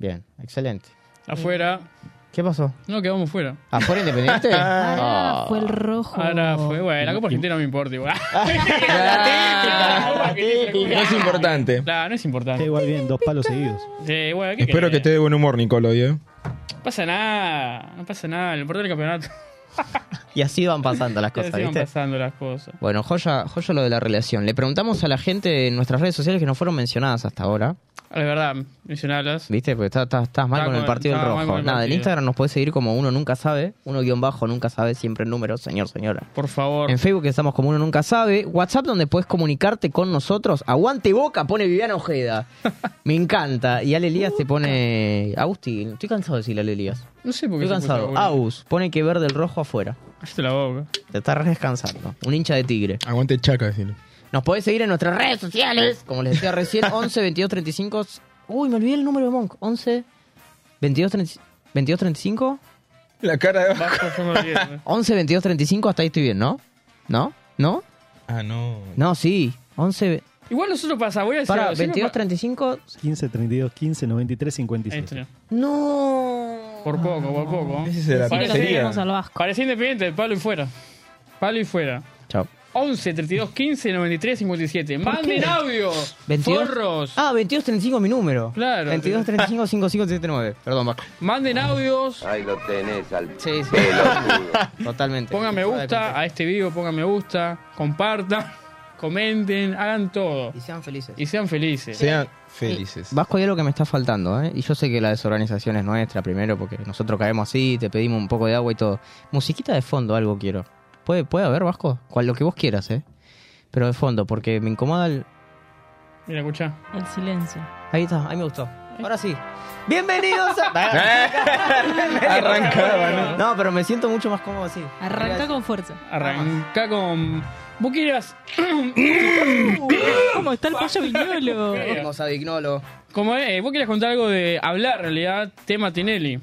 I: Bien, excelente.
G: Afuera.
I: ¿Qué pasó?
G: No, quedamos fuera.
I: ¿Afuera Independiente?
D: Ahora
I: Ah.
D: fue el rojo.
G: Ahora fue, bueno, la Copa Argentina no me importa igual.
H: No es importante.
G: Claro, no es
J: Está
G: importante.
J: igual bien, dos palos seguidos.
G: Eh, bueno, ¿qué
H: Espero que
G: querés?
H: esté de buen humor, Nicoloy, ¿eh?
G: No pasa nada, no pasa nada. Lo importante del campeonato.
I: Y así van pasando las
G: Ya
I: cosas,
G: se van
I: ¿viste?
G: pasando las cosas.
I: Bueno, joya, joya lo de la relación. Le preguntamos a la gente en nuestras redes sociales que no fueron mencionadas hasta ahora.
G: Ah, La verdad, mencionarlas.
I: ¿Viste? Porque está- está- estás mal
G: Está
I: con el
G: con-
I: partido del
G: estaba mal
I: rojo.
G: con el
I: Nada, en
G: partido.
I: Instagram nos puede seguir como uno nunca sabe. Uno guión bajo nunca sabe, siempre en números, señor, señora.
G: Por favor.
I: En Facebook estamos como uno nunca sabe. WhatsApp donde puedes comunicarte con nosotros. Aguante boca, pone Viviana Ojeda. Me encanta. Y Ale Elías te pone... Agustín, estoy cansado de decirle a Ale Elías.
G: No sé por qué.
I: Estoy
G: se puso
I: cansado.
G: la boca.
I: Agus, pone que verde el rojo afuera.
G: Cállate la boca.
I: Te estás descansando. Un hincha de tigre.
H: Aguante Chaca, decirlo.
I: Nos podés seguir en nuestras redes sociales. Como les decía recién, 11 22 35. Uy, me olvidé el número de Monk. 11 22 30 22 35.
H: La cara de...
G: Bajo, yo me olvidé.
I: 11 22 35. Hasta ahí estoy bien, ¿no? ¿No? ¿No?
H: Ah, no.
I: No, sí. 11.
G: Igual nosotros pasamos, voy a decir.
I: Para,
G: algo, siempre
I: 22 35.
J: 15, 32, 15, 93,
G: pa- Ahí
J: 57.
G: está.
I: No.
G: Por poco, por poco.
H: Ese es la
D: Así que lo
H: pizzería.
D: tenemos al Vasco.
G: Parecía independiente, palo y fuera. Palo y fuera.
I: Chao.
G: 11 32 15 93 57. Manden audio.
I: 22.
G: Forros.
I: Ah, 22 35 mi número.
G: Claro.
I: 22 35 5579. Perdón, Vasco.
G: Manden audios.
C: Ahí lo tenés al
I: Sí, sí. Totalmente.
G: Pongan me gusta a este video, pongan me gusta, compartan, comenten, hagan todo.
I: Y sean felices.
G: Y sean felices.
H: Sean felices.
I: Vasco, hay algo que me está faltando, ¿eh? Y yo sé que la desorganización es nuestra primero, porque nosotros caemos así, te pedimos un poco de agua y todo. Musiquita de fondo, algo quiero. ¿Puede, puede haber, Vasco? Cual, lo que vos quieras, ¿eh? Pero de fondo, porque me incomoda el...
G: Mira, escuchá.
D: El silencio.
I: Ahí está, ahí me gustó. Ahora sí. ¡Bienvenidos a...
H: Arrancaba, ¿no?
I: No, pero me siento mucho más cómodo así.
D: Arranca con fuerza.
G: Arranca con. Vos quieras.
D: ¿Cómo está el pollo viñolo?
I: Vamos a Dignolo.
G: Como es, vos quieras contar algo de hablar, en realidad, tema Tinelli.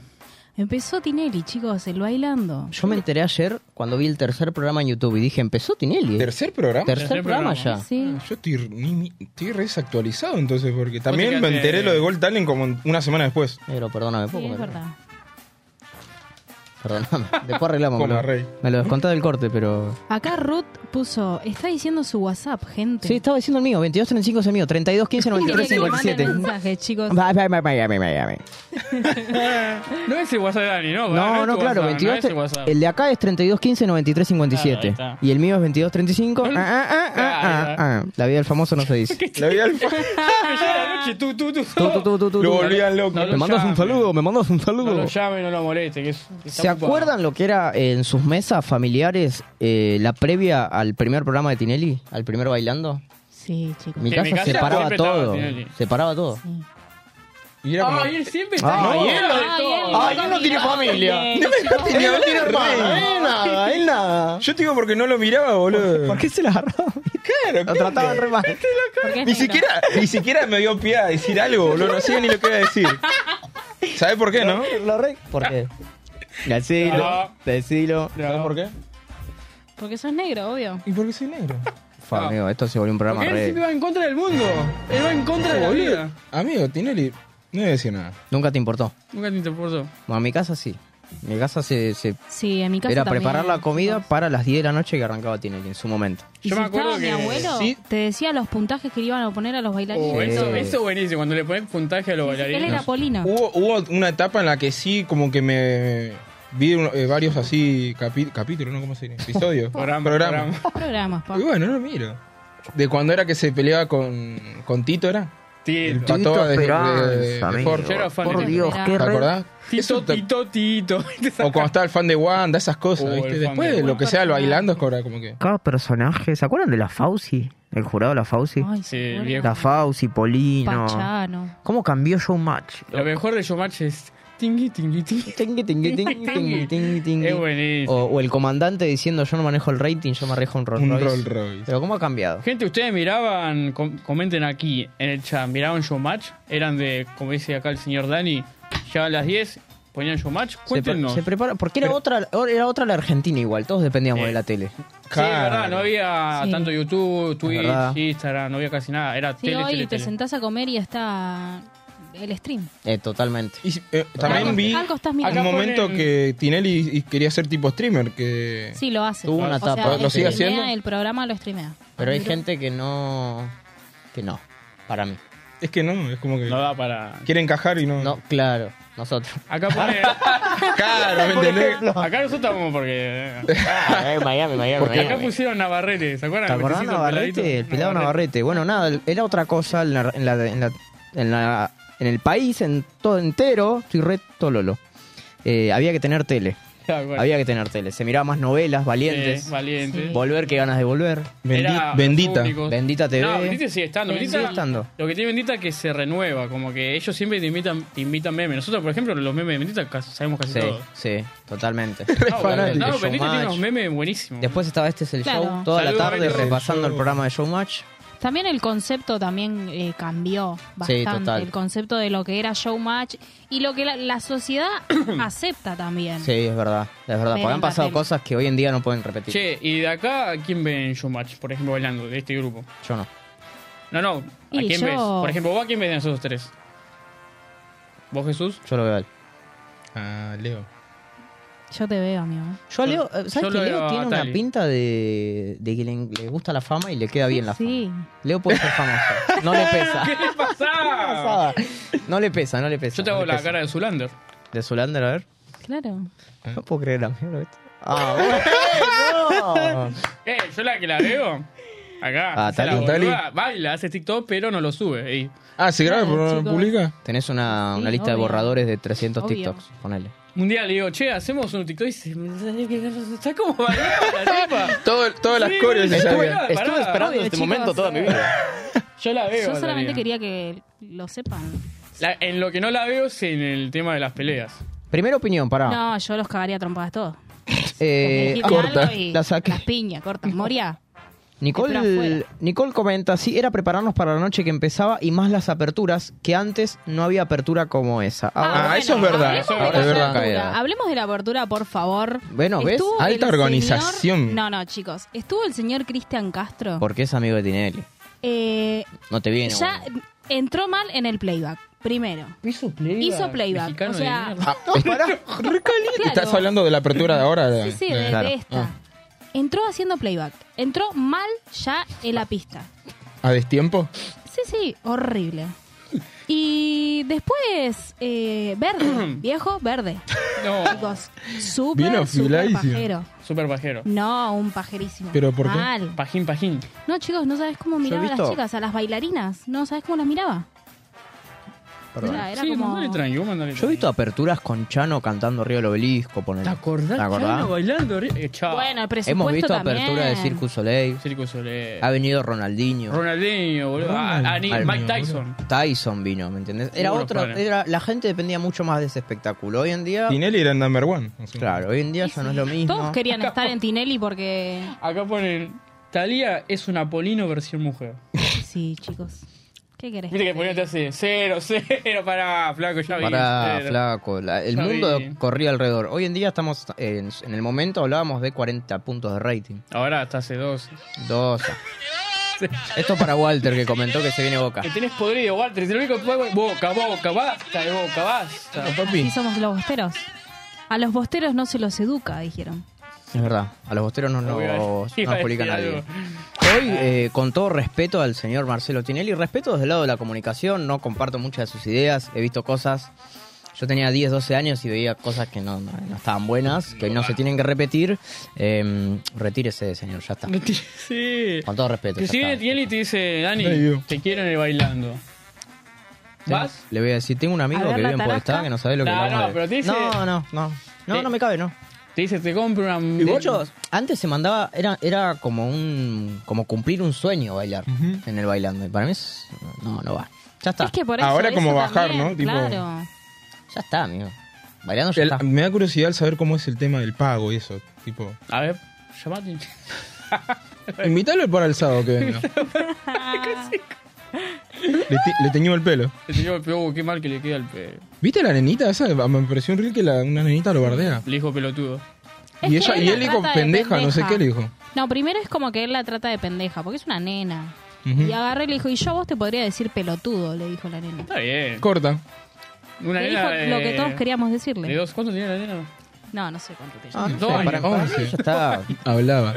D: Empezó Tinelli, chicos, el bailando.
I: Yo me enteré ayer cuando vi el tercer programa en YouTube y dije, empezó Tinelli. Tercer,
H: ¿Tercer programa?
I: programa,
G: programa.
I: ya. Ah,
D: Sí.
H: Yo estoy, re- ni- ni- estoy re desactualizado entonces, porque también me
G: quedaste-
H: enteré lo de Gold Talent como en- una semana después.
I: Pero perdóname,
D: Sí,
I: poco.
D: es
I: pero-
D: verdad.
I: Perdóname. Después arreglamos.
H: Como
I: me lo-
H: rey.
I: Me lo desconté del corte, pero...
D: Acá Ruth puso, está diciendo su WhatsApp, gente.
I: Sí, estaba diciendo el mío, 2235 es el mío, 3215 93
D: Tiene que mandar
I: 57.
D: mensajes, chicos.
I: Bye, bye, bye, bye, bye, bye, bye.
G: No es el WhatsApp de Dani, ¿no?
I: No,
G: es
I: no,
G: tu
I: claro,
G: WhatsApp, no
I: 22,
G: es el WhatsApp.
I: el de acá es 3215 93 57
G: Claro, ahí está.
I: y el mío es 2235. Ah, ah, ah, ah, ah, ah. La vida del famoso no se dice.
H: La vi al
G: Ya Ah, la noche, tú, tú, tú.
I: Ah, Tú, tú, tú, tú, tú,
H: Lo
I: tú.
H: volvían loco.
G: No,
I: Me mandas un
G: llamen.
I: saludo, me mandas un
G: No
I: saludo.
G: lo llamen, no lo moleste. Que es- que está
I: ¿Se
G: ocupado.
I: acuerdan lo que era eh, en sus mesas familiares eh, la previa al primer programa de Tinelli, al primer bailando?
D: Sí, chicos.
I: Mi
G: Que en
I: casa,
G: mi casa
I: se paraba
G: siempre estaba
I: todo,
G: Tinelli.
I: se paraba todo.
D: Sí.
H: Y era como...
G: Ay, él siempre está.
H: Ah,
I: Ay,
G: No,
I: él-
G: era de
D: Ay,
G: todo.
D: él- Ay, él no tiene familia. No me
H: dejaste ni hablar, rey.
I: nada, es nada.
H: Yo te digo porque no lo miraba, boludo.
I: ¿Por qué se la agarró?
H: Claro,
I: Lo
H: ¿qué?
I: trataban re mal.
G: Este
D: Porque es
H: Ni
D: negro.
H: siquiera, ni siquiera me dio pie a decir algo, boludo. No sé ni lo que iba a decir. ¿Sabes por qué, no?
I: Lo re... ¿Por qué? Decilo,
G: No.
I: decilo.
H: ¿Sabes por qué?
D: Porque sos negro, obvio.
H: ¿Y por qué soy negro?
I: Fa, amigo, esto se volvió un programa
G: Porque él siempre
I: re...
G: va en contra del mundo. Él va en contra de la vida.
H: Amigo, Tinelli, no voy a decir nada.
I: Nunca te importó.
G: Nunca te importó.
I: Bueno, en mi casa sí. En mi casa se, se-
D: Sí, en mi casa
I: era
D: también,
I: preparar la comida
D: chicos.
I: para las 10 de la noche que arrancaba Tinelli en su momento.
D: Y
G: Yo
D: si
G: me acuerdo
D: estaba mi
G: que-
D: abuelo,
H: sí.
D: te decía los puntajes que le iban a poner a los bailarines.
G: Oh,
I: Sí.
G: eso, eso es buenísimo, cuando le pones puntaje a los
D: Él
G: bailarines.
D: era Polino.
I: Uh.
H: Hubo, hubo una etapa en la que sí, como que me vi eh, varios así capi- capítulos, ¿no? ¿Cómo se dice? Episodios.
G: Programa,
H: Programa.
D: Programas, pa.
I: Uh.
H: Y bueno, no lo miro. De cuando era que se peleaba con, con Tito, ¿era?
G: Tito.
H: Tito de, de- de
I: amigo.
H: Ford.
G: Yo era fan
I: Por
G: de-
I: Dios,
D: Era-
I: qué
H: ¿Te
I: re...
H: acordás? Eso
G: Tito,
H: te-
G: Tito, Tito.
H: O cuando estaba el fan de Wanda, esas cosas,
G: Oh, el
H: ¿viste?
G: fan
H: Después
G: de
H: lo que sea, lo
D: Wanda.
H: bailando es cobra como que...
I: Cada personaje, ¿se acuerdan de la Fauci? El jurado de la Fauci.
D: Ay,
G: Sí,
D: se
G: el
D: acuerda.
G: viejo.
I: La Fauci, Polino.
D: Pachano.
I: ¿Cómo cambió Showmatch?
G: Lo mejor de Showmatch es tingui, tingui, tingui.
I: Tingui, tingui, tingui, tingui, tingui, tingui.
G: Es buenísimo.
I: O, o el comandante diciendo yo no manejo el rating, yo manejo un Rolls
H: Un
I: Royce.
H: Rolls Royce.
I: Pero ¿cómo ha cambiado?
G: Gente, ustedes miraban, com- comenten aquí en el chat, miraban Showmatch, eran de, como dice acá el señor Dani, ya a las 10 ponían showmatch.
I: Se, pre-
G: Cuéntenos.
I: se prepara, porque era otra era otra la Argentina igual, todos dependíamos de la tele.
G: Sí, es verdad, no había
D: Sí.
G: tanto YouTube,
I: verdad.
G: Twitch, Instagram, no había casi nada. Era
D: Sí,
G: tele,
D: hoy
G: tele,
D: te
G: tele.
D: sentás a comer y está el stream.
I: Eh, totalmente.
H: Y, eh, también
D: Algo-
H: vi
D: algo estás
H: un
D: mirando. Acá
H: momento
G: ponen-
H: que Tinelli y quería ser tipo streamer, que
D: Sí, lo hace.
I: Tuvo una
D: O sea,
I: etapa.
H: ¿Lo sigue
D: streamea
H: haciendo?
D: El programa lo streamea.
I: Pero hay gente que no que no, para mí.
H: es que no, es como que
G: No da para.
H: quiere encajar y no.
I: No, claro, nosotros.
G: Acá pone.
H: Claro, ¿me entendés?
G: acá nosotros estamos porque.
I: Ah, eh, Miami, Miami,
G: Porque acá
I: Miami.
G: pusieron Navarrete, ¿se acuerdan?
I: ¿Te acordás de
G: 25
I: Navarrete? El
G: peladitos.
I: pelado Navarrete. Bueno, nada, era otra cosa en, la- en la- en la- en la- en el país, en todo entero, estoy re tololo. Eh, había que tener tele.
G: Ya, bueno.
I: Había que tener tele. Se miraba más novelas,
G: Sí,
I: valientes.
G: valientes.
I: Volver, que ganas de volver.
G: Era
H: Bendita.
G: público.
I: Bendita TV.
G: No, Bendita sigue estando. Bendita,
I: Sigue estando.
G: Lo que tiene Bendita es que se renueva, como que ellos siempre te invitan, te invitan memes. Nosotros, por ejemplo, los memes de Bendita casi- sabemos casi
I: Sí,
G: todo.
I: sí, totalmente.
G: No,
I: El
G: no,
I: Showmatch.
G: Bendita tiene unos memes buenísimos.
I: Después estaba este es el
D: Claro.
I: show, toda la
G: Saludos,
I: tarde
G: Benito.
I: repasando el
H: Show.
I: programa de Showmatch.
D: También el concepto también eh, cambió
I: Sí,
D: bastante.
I: total.
D: El concepto de lo que era showmatch y lo que la, la sociedad acepta también.
I: Sí, es verdad, es verdad.
D: Pero
I: Porque han pasado
D: imagínate.
I: cosas que hoy en día no pueden repetir.
G: Che, y de acá, ¿quién ve en Showmatch, por ejemplo, bailando, de este grupo?
I: Yo no.
G: No, no, ¿a
D: Y
G: quién
D: yo-
G: ves? Por ejemplo, ¿vos a quién ves de nosotros tres? ¿Vos, Jesús?
I: Yo lo veo a él.
H: Ah, Leo.
D: Yo te veo, amigo.
I: Yo a Leo, eh,
G: Yo
I: ¿sabes que
G: lo veo
I: Leo
G: a
I: tiene una
G: Tali.
I: pinta de, de que le, le gusta la fama y le queda bien la
D: Sí.
I: fama? Leo puede ser famoso. No le pesa.
G: ¿Qué le pasa?
I: No le pesa, no le pesa.
G: Yo te
I: no
G: hago
I: le
G: la
I: pesa.
G: cara de Zulander.
I: De Zulander, a ver.
D: Claro.
I: No puedo creer, amigo. esto. Ah, bueno.
G: Eh, yo la que la veo. Acá.
I: Ah,
G: esa
I: Tali,
G: la
H: Tali.
G: boluda Baila, hace TikTok, pero no lo sube. ey.
H: Ah, ¿se graba
D: Claro,
H: pero no
D: chicos.
H: publica?
I: Tenés una,
D: Sí,
I: una lista de
D: obvio.
I: borradores de 300
D: Obvio.
I: TikToks. Ponele.
G: Un día le digo, che, hacemos un TikTok y se me sale que está como bailando la tipa.
H: Todo, todas las
G: Sí,
H: coreos se
G: estuve-
H: sabían.
G: Pará,
K: Estuve esperando
D: Obvio,
K: este
D: chicos,
K: momento toda mi vida.
G: Yo la veo.
D: Yo
G: Daría.
D: solamente quería que lo sepan.
G: La- en lo que no la veo es en el tema de las peleas.
I: Primera opinión, pará.
D: No, yo los cagaría a trompadas todos.
I: Ah. Eh,
D: Dijiste
I: corta.
D: algo y
I: La saqué.
D: Las piñas, corta. Moria. Espera
I: Nicole,
D: afuera.
I: Nicole comenta, sí, era prepararnos para la noche que empezaba y más las aperturas, que antes no había apertura como esa. Ahora-
H: Ah, eso es verdad.
D: hablemos de
H: Ahora
D: la
H: es verdad.
D: apertura. Hablemos de la apertura, por favor.
I: Bueno, ¿ves?
H: Alta
D: el señor-
H: organización.
D: No, no, chicos. Estuvo el señor Cristian Castro.
I: Porque es amigo de Tinelli.
D: Eh,
I: No te viene.
D: ya
I: boludo.
D: entró mal en el playback, primero.
G: Hizo playback.
D: Hizo playback,
G: Mexicano
D: o
G: de
D: sea,
G: mierda.
H: Ah, es-
D: Claro.
H: Estás hablando de la apertura de Ah, ahora.
D: Sí, sí, de, de
I: Claro. Ah.
D: esta. Entró haciendo playback. Entró mal ya en la pista.
H: ¿A destiempo?
D: Sí, sí, horrible. Y después, eh, verde, viejo, verde.
I: Oh.
G: No,
D: Chicos, súper,
H: Vino
D: súper
H: afiladísimo.
D: pajero.
G: super pajero.
D: No, un pajerísimo.
H: ¿Pero por qué?
D: Mal.
G: Pajín, pajín.
D: No, chicos, no sabes cómo
I: he
D: miraba a las
I: visto-
D: chicas, a las bailarinas. No sabes cómo las miraba.
I: Perdón.
D: Era, era
G: sí,
D: como...
G: mandale tranqui, vos mandale
I: Yo he visto aperturas con Chano cantando arriba del obelisco, ponele.
G: ¿Te acordás?
I: ¿Te acordás?
G: Chano bailando. re- Eh, chao.
D: Bueno, el presupuesto
I: Hemos visto
D: también.
I: apertura de Circus Soleil.
G: Circo Soleil.
I: Ha venido Ronaldinho.
G: Ronaldinho, boludo. Ah, ah, ni-
I: Ronaldinho,
G: Mike Tyson.
I: Tyson vino, ¿me entendés? Era
G: Seguro,
I: otro,
G: claro.
I: era, la gente dependía mucho más de ese espectáculo. Hoy en día,
H: Tinelli era el number one. o sea.
I: claro, hoy en día ya no es lo mismo.
D: Todos querían estar en Tinelli porque...
G: Acá ponen. Talía es una Polino versión mujer.
D: Sí, chicos. ¿Qué querés?
G: Viste que Polino te hace cero, cero. Pará, flaco, ya vi.
I: Pará,
G: cero.
I: flaco. la- el
G: Ya
I: mundo
G: vi.
I: corría alrededor. Hoy en día estamos, en, en el momento hablábamos de 40 puntos de rating.
G: Ahora hasta hace dos.
I: Dos. Esto es para Walter que comentó que se viene Boca.
G: Que tenés podrido, Walter. Es el único que puede- Boca, boca, basta de boca, basta.
D: Así somos los bosteros. A los bosteros no se los educa, dijeron.
I: Es verdad, a los bosteros no nos
G: Obvio,
I: no nos
G: iba a
I: publica
G: decir
I: nadie.
G: algo.
I: Hoy, eh, con todo respeto al señor Marcelo Tinelli, respeto desde el lado de la comunicación, no comparto muchas de sus ideas, he visto cosas. Yo tenía 10, 12 años y veía cosas que no, no- no estaban buenas, que no se tienen que repetir. Eh, retírese, señor, ya está.
G: Sí.
I: Con todo respeto.
G: Que
I: ya
G: si
I: está.
G: viene Tinelli y te dice,
H: Ay,
G: Dani,
H: Dios.
G: te quiero en el bailando.
I: Tengo-
G: ¿Vas?
I: Le voy a decir, tengo un amigo
D: A ver,
I: que
D: la
I: vive en
D: tarasca.
I: Podestá que no sabe lo que
G: No,
I: le vamos a
G: no,
I: ver.
G: pero te dice-
I: No, no, no. No,
G: Te-
I: no me cabe, no.
G: Te dice, te compro una.
I: De hecho, antes se mandaba, era, era como un como cumplir un sueño bailar en el bailando. Y para mí es, no, no va. Ya está,
D: Es que por eso,
H: Ahora
D: eso
H: como bajar,
D: también,
H: ¿no? Tipo-
D: Claro.
I: ya está, amigo. Bailando ya
H: El-
I: está.
H: me da curiosidad el saber cómo es el tema del pago y eso. Tipo,
G: A ver, llamate.
H: invítalo para el sábado que venga. Le, ti- le teñimos el pelo.
G: Le tiró el pelo, oh, qué mal que le queda el pelo.
H: ¿Viste la nenita esa? Me pareció un reel que la- una nenita lo bardea.
G: Le dijo pelotudo.
H: Y, ella, y él
D: le
H: dijo pendeja, no sé qué le dijo.
D: No, primero es como que él la trata de pendeja, porque es una nena.
H: Ujú.
D: Y agarré y le dijo, y yo a vos te podría decir pelotudo, le dijo la nena.
G: Está bien.
H: Corta.
G: Una
D: Le
G: nena
D: dijo
G: de-
D: lo que todos queríamos decirle.
G: de dos- ¿Cuánto tenía la nena?
D: No, no sé cuánto tiene.
I: Ah, no
G: Dos
I: sé,
G: años.
I: para, para mí ya está.
H: Hablaba.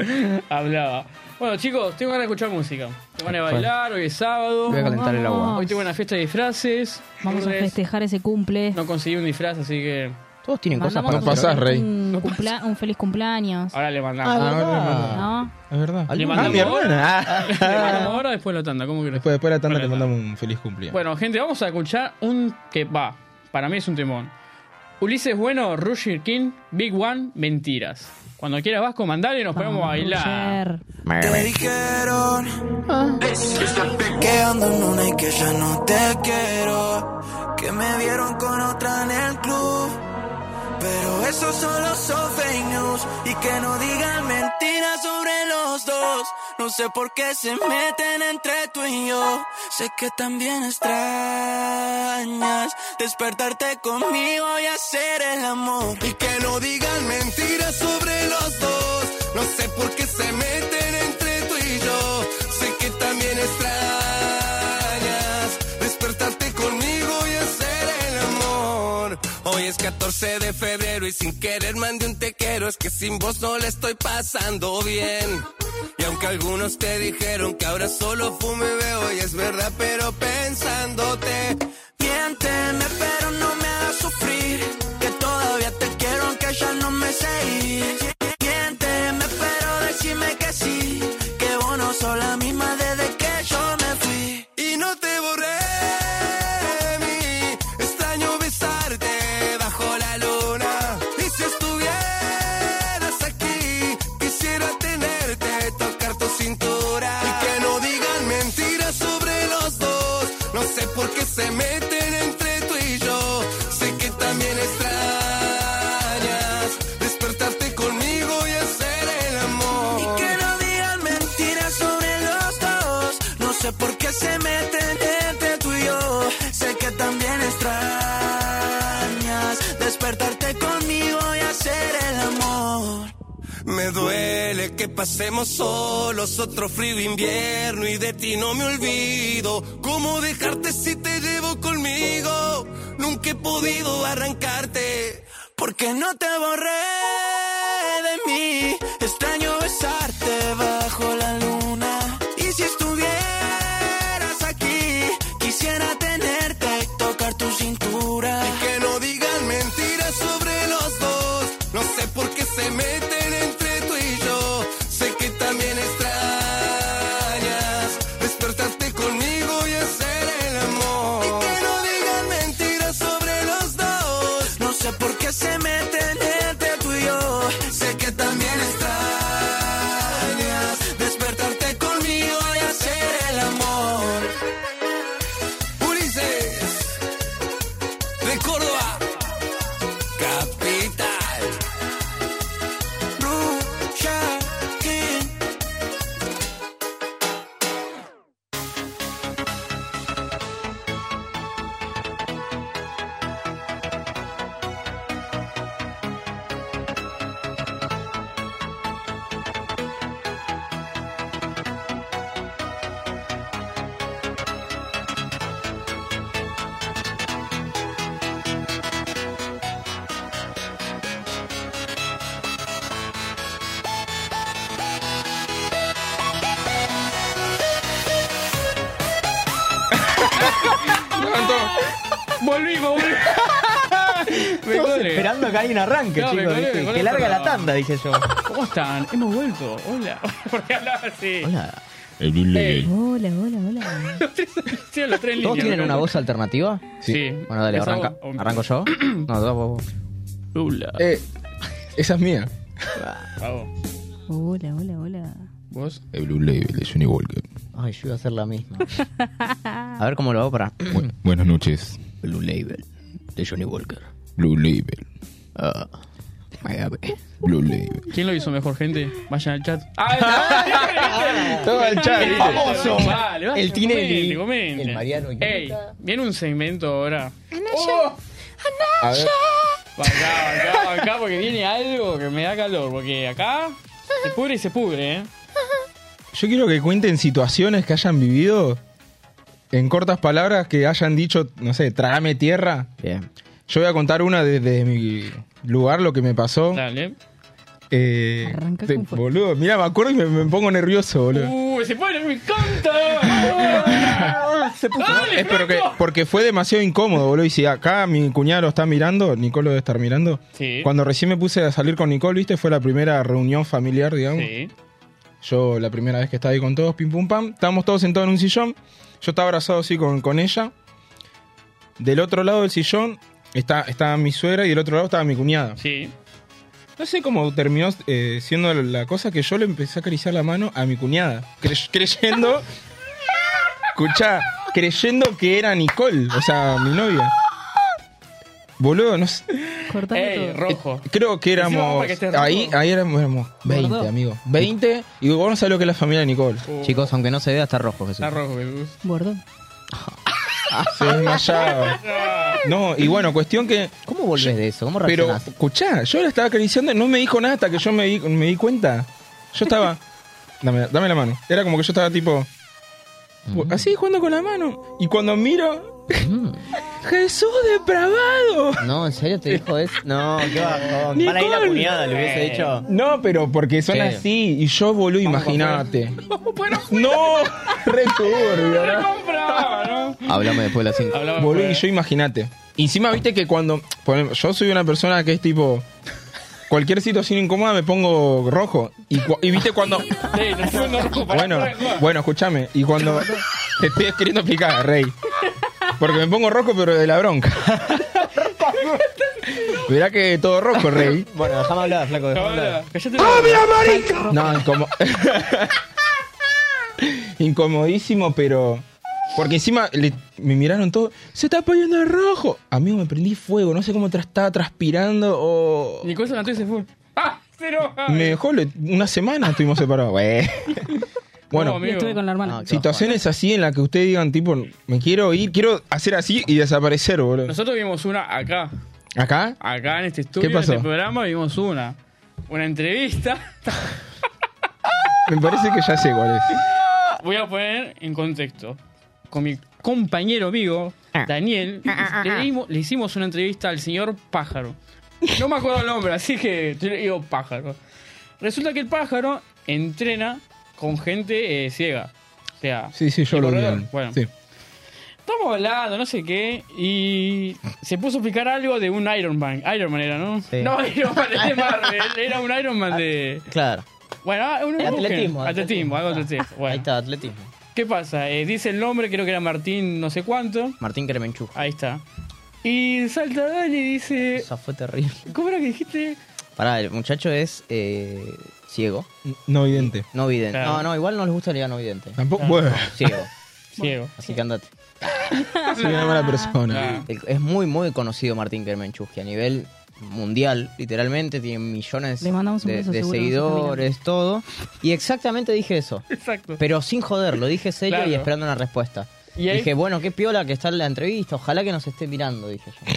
G: Hablaba. Bueno, chicos, tengo ganas de escuchar música. Tengo ganas de bailar, hoy es sábado.
I: Voy a calentar el agua.
G: Hoy tengo una fiesta de disfraces.
D: Vamos a
G: Lunes
D: festejar ese cumple.
G: No conseguí un disfraz, así que
I: Todos tienen cosas para
D: Mandamos
H: No pasás,
D: un-
H: rey.
D: Un, cumplea- un feliz cumpleaños.
G: ahora le
I: Ah,
G: mandamos.
H: Ah,
I: ¿verdad?
H: verdad.
D: ¿No?
H: Es verdad.
I: ¿Algún-
G: Le
H: Ah, mi
G: mandamos ahora,
H: hermana.
G: le mandamos ahora después de la tanda, ¿cómo querés?
H: Después, después de la tanda
G: Bueno,
H: le mandamos un feliz cumpleaños.
G: Bueno, gente, vamos a escuchar un que va. Para mí es un temón. Ulises Bueno, Roger King, Big One, Mentiras. Cuando quieras vas con mandar y nos ponemos a bailar.
D: Ayer.
C: Me dijeron que ando en una y que ya no te quiero. Que me vieron con otra en el club. Pero eso solo son fake news. Y que no digan mentiras sobre los dos. No sé por qué se meten entre tú y yo. Sé que también extrañas despertarte conmigo y hacer el amor. Y que no digan mentiras sobre los dos. No sé por qué se meten entre tú y yo. Sé que también extrañas despertarte conmigo y hacer el amor. Hoy es 14 de febrero y sin querer mandé un te quiero. Es que sin vos no le estoy pasando bien. Y aunque algunos te dijeron que ahora solo fume y veo y es verdad, pero pensándote. Miénteme, pero no me hagas sufrir. Que todavía te quiero, aunque ya no me sé ir. Miénteme, pero decime que sí. Que vos no sos la misma desde que yo me fui. Y no te borré de mí. Extraño besarte bajo la luna. Y si estuvieras aquí, quisiera tenerte, tocar tu cintura. Y que no digan mentiras sobre los dos. No sé por qué se meten entre tú y yo. Sé que también extrañas despertarte conmigo y hacer el amor. Y que no digan mentiras sobre los dos. No sé por qué se meten entre tú y yo. Sé que también extrañas despertarte conmigo y hacer el amor. Me duele que pasemos solos otro frío invierno y de ti no me olvido. ¿Cómo dejarte si te llevo conmigo? Nunca he podido arrancarte porque no te borré de mí. Extraño besarte bajo la luna y si estuvieras aquí quisiera tenerte y tocar tu cintura. Y que no digan mentiras sobre los dos. No sé por qué se meten entre tú y yo. Sé que también extrañas despertarte conmigo y hacer el amor. Y que no digan mentiras sobre los dos. No sé por qué se meten entre tú y yo. Sé que también extrañas despertarte conmigo y hacer el amor. Ulises de Córdoba, capital. Lucha King.
G: Volvimos, volvimos. Me
I: Todos
G: colgué.
I: esperando que haya un arranque,
G: No, me
I: chicos.
G: colgué,
I: ¿viste?
G: me colgué,
I: Que larga
G: pero-
I: la tanda, dije yo.
G: ¿Cómo están? Hemos vuelto. Hola. ¿Por qué hablaba así?
I: Hola.
G: Ey,
D: Hola, hola, hola.
G: los tres, tienen los tres
I: ¿Todos
G: líneas,
I: tienen
G: ¿no?
I: una voz alternativa?
G: Sí.
I: Bueno, dale,
G: Empezá
I: arranca.
G: vos.
I: ¿Arranco yo? No, dos, vos, vos.
G: Hola.
H: Eh, esa es mía.
G: A vos.
D: Hola, hola, hola.
G: ¿Vos?
H: El Blue Label de Johnny Walker.
I: Ay, yo iba a hacer la misma. A ver cómo lo hago para.
H: buenas noches.
I: Blue Label de Johnny Walker.
G: Ah.
H: Blue Label.
G: Blue Label. ¿Quién lo hizo mejor, gente? Vayan al chat.
F: Todo al chat,
G: El
F: ¿viste?
G: famoso.
F: El Tinelli, el Mariano Yuca.
G: Ey, viene un segmento ahora. Oh.
F: A ver.
G: Acá, acá, acá, porque viene algo que me da calor. Porque acá se pudre y se pudre, ¿eh?
H: Yo quiero que cuenten situaciones que hayan vivido en cortas palabras que hayan dicho, no sé, trágame tierra.
I: Bien.
H: Yo voy a contar una desde mi lugar, lo que me pasó.
G: Dale.
H: Eh, te- boludo, mira, me acuerdo y me, me pongo nervioso, boludo.
G: Uy, Uh, se pone, me encanta. Dale,
H: Es porque, porque fue demasiado incómodo, boludo. Y si acá mi cuñado lo está mirando, Nicole lo debe estar mirando.
G: Sí.
H: Cuando recién me puse a salir con Nicole, viste, fue la primera reunión familiar, digamos.
G: Sí.
H: Yo la primera vez que estaba ahí con todos, pim pum pam. Estábamos todos sentados en un sillón. Yo estaba abrazado así con, con ella. Del otro lado del sillón está, estaba mi suegra y del otro lado estaba mi cuñada.
G: Sí.
H: No sé cómo terminó eh, siendo la cosa que yo le empecé a acariciar la mano a mi cuñada. cre- creyendo. escuchá, creyendo que era Nicole, o sea, mi novia. Boludo, no sé.
G: Ey, rojo.
F: Eh,
H: Creo que
G: Encima vamos
H: éramos.
G: para que esté rojo.
H: Ahí, ahí éramos, éramos 20,
G: Gordo.
H: amigo. 20. Y vos no sabés lo que es la familia de Nicole.
I: Chicos, aunque no se vea, está rojo Jesús.
G: Está rojo, Jesús.
D: Bordo.
H: Se desmayaba. No, y bueno, cuestión que.
I: ¿Cómo volvés de eso? ¿Cómo
H: Pero,
I: reaccionás?
H: escuchá, yo la estaba acariciando y no me dijo nada hasta que yo me di, me di cuenta. Yo estaba. Dame, dame la mano. Era como que yo estaba tipo.
I: Mm.
H: Así jugando con la mano. Y cuando miro. ¡Jesús depravado!
I: No, ¿en serio te dijo eso? No, qué bajón. Para ir la
H: Nicole.
I: cuñada, le hubiese dicho.
H: No, pero porque son
I: Sí.
H: así. Y yo, boludo, imagínate. ¡No! Re turbio, ¿no?
I: Hablame después de las 5.
H: Boludo, y yo imagínate. Y Encima, viste que cuando. ponele, Yo soy una persona que es tipo. Cualquier situación incómoda me pongo rojo. Y, cu- y viste cuando.
G: Ey, nos fuimos rojo para
H: Bueno,
G: atrás, va.
H: bueno, escúchame. Y cuando. Te estoy queriendo explicar, Rey. Porque me pongo rojo, pero de la bronca. Verá que todo rojo, Rey.
I: Bueno, dejame hablar, flaco. Dejame
G: Ahora,
I: hablar.
G: cállate
H: Ah,
G: la boca.
H: No, incomo- incomodísimo, pero. Porque encima le- me miraron todo. Se está poniendo el rojo. Amigo, me prendí fuego. No sé cómo tra- estaba transpirando o.
G: Nicole se levantó y se fue. ¡Ah! ¡Cero!
H: Me dejó le- una semana, estuvimos separados. Güey.
G: No,
H: Bueno,
G: amigo.
D: Estuve con la hermana.
I: No, qué
H: situaciones así en las que ustedes digan, tipo, me quiero ir, quiero hacer así y desaparecer, boludo.
G: Nosotros vimos una acá.
H: ¿Acá?
G: Acá en este estudio,
H: ¿Qué pasó?
G: en este programa, vimos una. Una entrevista.
H: Me parece que ya sé cuál es.
G: Voy a poner en contexto. Con mi compañero amigo,
H: Ah.
G: Daniel, le, dimos- le hicimos una entrevista al señor Pájaro. No me acuerdo el nombre, así que yo le digo Pájaro. Resulta que el pájaro entrena con gente eh, ciega. O sea,
H: Sí, sí, yo
G: ¿El
H: lo vi.
G: corredor? Bueno.
H: Sí.
G: Estamos hablando, no sé qué, y se puso a explicar algo de un Iron Man. Iron Man era, ¿no?
I: Sí.
G: No, Iron Man es de Marvel, era un Iron Man de...
I: Claro.
G: Bueno, ah, un,
I: Era
G: busquen. Atletismo,
I: atletismo, atletismo. Ah,
G: algo de atletismo.
I: Ahí
G: Bueno,
I: está, atletismo.
G: ¿qué pasa? Eh, dice el nombre, creo que era Martín no sé cuánto.
I: Martín Cremenchú.
G: Ahí está. Y salta Dani y dice...
I: Eso fue terrible.
G: ¿Cómo era que dijiste?
I: Pará, el muchacho es eh, ciego.
H: No vidente.
I: No vidente.
G: Claro.
I: No, no, igual no les gusta el no vidente.
H: Tampoco. Bueno,
I: Ciego.
G: Ciego.
I: Así que andate.
H: soy una mala persona.
G: Ah.
I: El- Es muy, muy conocido Martín Kermenchuk, que a nivel mundial, literalmente, tiene millones
D: Le mandamos un
I: de,
D: beso,
I: de
D: seguro,
I: seguidores, todo. Y exactamente dije eso.
G: Exacto.
I: Pero sin joder, lo dije serio
G: Claro.
I: y esperando una respuesta.
G: Y ahí-
I: Dije, bueno, qué piola que está en la entrevista, ojalá que nos esté mirando, dije yo.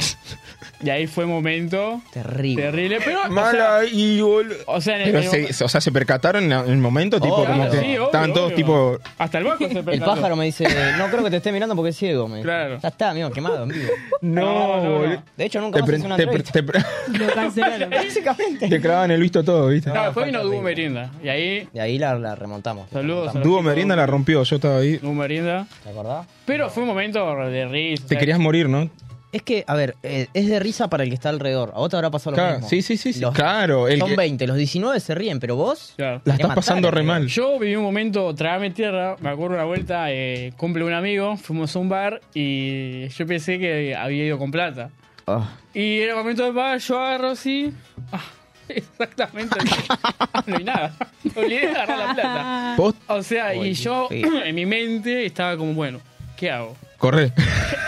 G: Y ahí fue momento
I: Terrible.
G: terrible, pero... Ah. o sea,
H: Mala y bol-
G: o sea, en el-
H: Pero se, o sea, se percataron en el momento, tipo,
I: Obvio.
H: como que
I: Sí,
G: obvio,
H: estaban todos
G: obvio.
H: tipo.
G: Hasta el banco se
I: El
G: percató.
I: pájaro me dice, no creo que te esté mirando porque es ciego. Me dice.
G: Claro.
I: Ya está, amigo, quemado, en vivo.
G: No, no, no.
H: boludo.
I: De hecho, nunca
H: Te,
I: más
H: pre-
I: hice una
H: te pre-
I: entrevista.
H: te pre-
D: Lo cancelaron.
H: te clavaban el visto todo, ¿viste?
G: No, después vino
I: Fantástico.
G: Dúo Merienda. Y ahí,
I: Y ahí la, la remontamos.
G: saludos. a los
H: Dúo
G: chicos
H: Merienda la rompió, yo estaba ahí.
G: Dúo Merienda.
I: ¿Te acordás?
G: Pero fue un momento de risa.
H: Te querías morir, ¿no?
I: Es que, a ver, eh, es de risa para el que está alrededor. A vos te habrá pasado lo
H: Claro,
I: mismo.
H: sí, sí, sí, sí.
I: Los-
H: Claro, el
I: son
H: que-
I: 20, los 19 se ríen, pero vos...
G: Claro.
H: La
I: Quería
H: estás
I: matar,
H: pasando re
I: amigo.
H: mal.
G: Yo viví un momento, trágame tierra, me acuerdo una vuelta, eh, cumple un amigo, fuimos a un bar y yo pensé que había ido con plata.
I: Ah.
G: Y era el momento de pagar, yo agarro así. ah, exactamente. no hay nada. Me olvidé de agarrar la plata.
H: Post-
G: O sea, y yo
I: sí.
G: en mi mente estaba como, bueno, ¿qué hago?
H: Corre.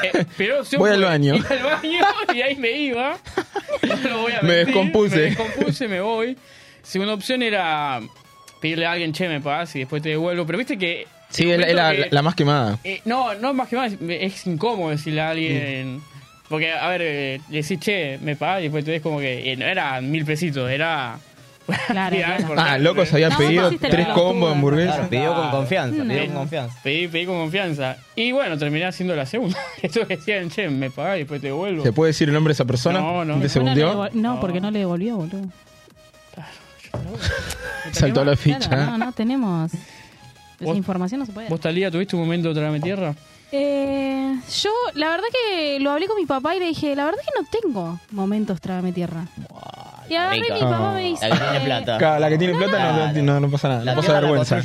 G: Eh, pero yo
H: Voy al
G: fui-
H: baño.
G: iba al baño y ahí me iba. No lo voy a
H: Me
G: mentir,
H: descompuse.
G: Me descompuse, me voy. Segunda opción era pedirle a alguien, che, me pagas y después te devuelvo. Pero viste que.
H: Sí,
G: el
H: es la, es la-
G: momento que-
H: la más quemada.
G: eh, no, no más que más, es incómodo decirle a alguien. Porque, a ver, eh, le decís, che, me pagas y después te ves como que. eh, no era mil pesitos, era. Tirar por-
H: Ah, locos habían
G: No,
H: pedido
G: pusiste la
H: tres
G: pelotuda.
H: combos de hamburguesa.
G: Claro, pidió con confianza, Mm. pidió con confianza. Pedí, pedí con confianza. Y bueno, terminé haciendo la segunda. Eso que decían, che, me pagás y después te devuelvo.
H: ¿Se puede decir el nombre de esa persona?
G: No, no.
H: ¿Que Ah, se
G: Bueno,
H: hundió?
D: No, porque no le devolvió, boludo.
H: Saltó la ficha.
D: Claro, no, no tenemos. Esa
G: Vos-
D: información no se puede.
G: ¿Vos, Talía, tuviste un momento de tragame tierra?
D: Eh, yo, la verdad que lo hablé con mi papá y le dije, la verdad que no tengo momentos trágame tierra. Y agarré y mi papá me dice...
H: Claro, la que tiene plata no, no, no pasa nada. No pasa vergüenza.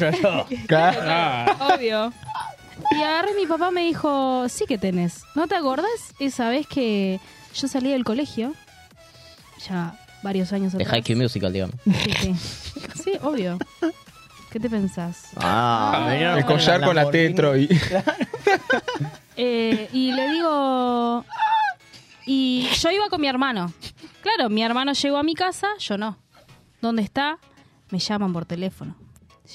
H: Claro.
D: Obvio. Y agarré y mi papá me dijo, sí que tenés. ¿No te acordás esa vez que yo salí del colegio? Ya varios años
I: De
D: atrás.
I: High School Musical, digamos.
D: Sí, sí. Sí, obvio. ¿Qué te pensás?
I: Ah,
H: el collar con la T de Troy.
D: Eh, y le digo. Y yo iba con mi hermano. Claro, mi hermano llegó a mi casa, yo no. ¿Dónde está? Me llaman por teléfono.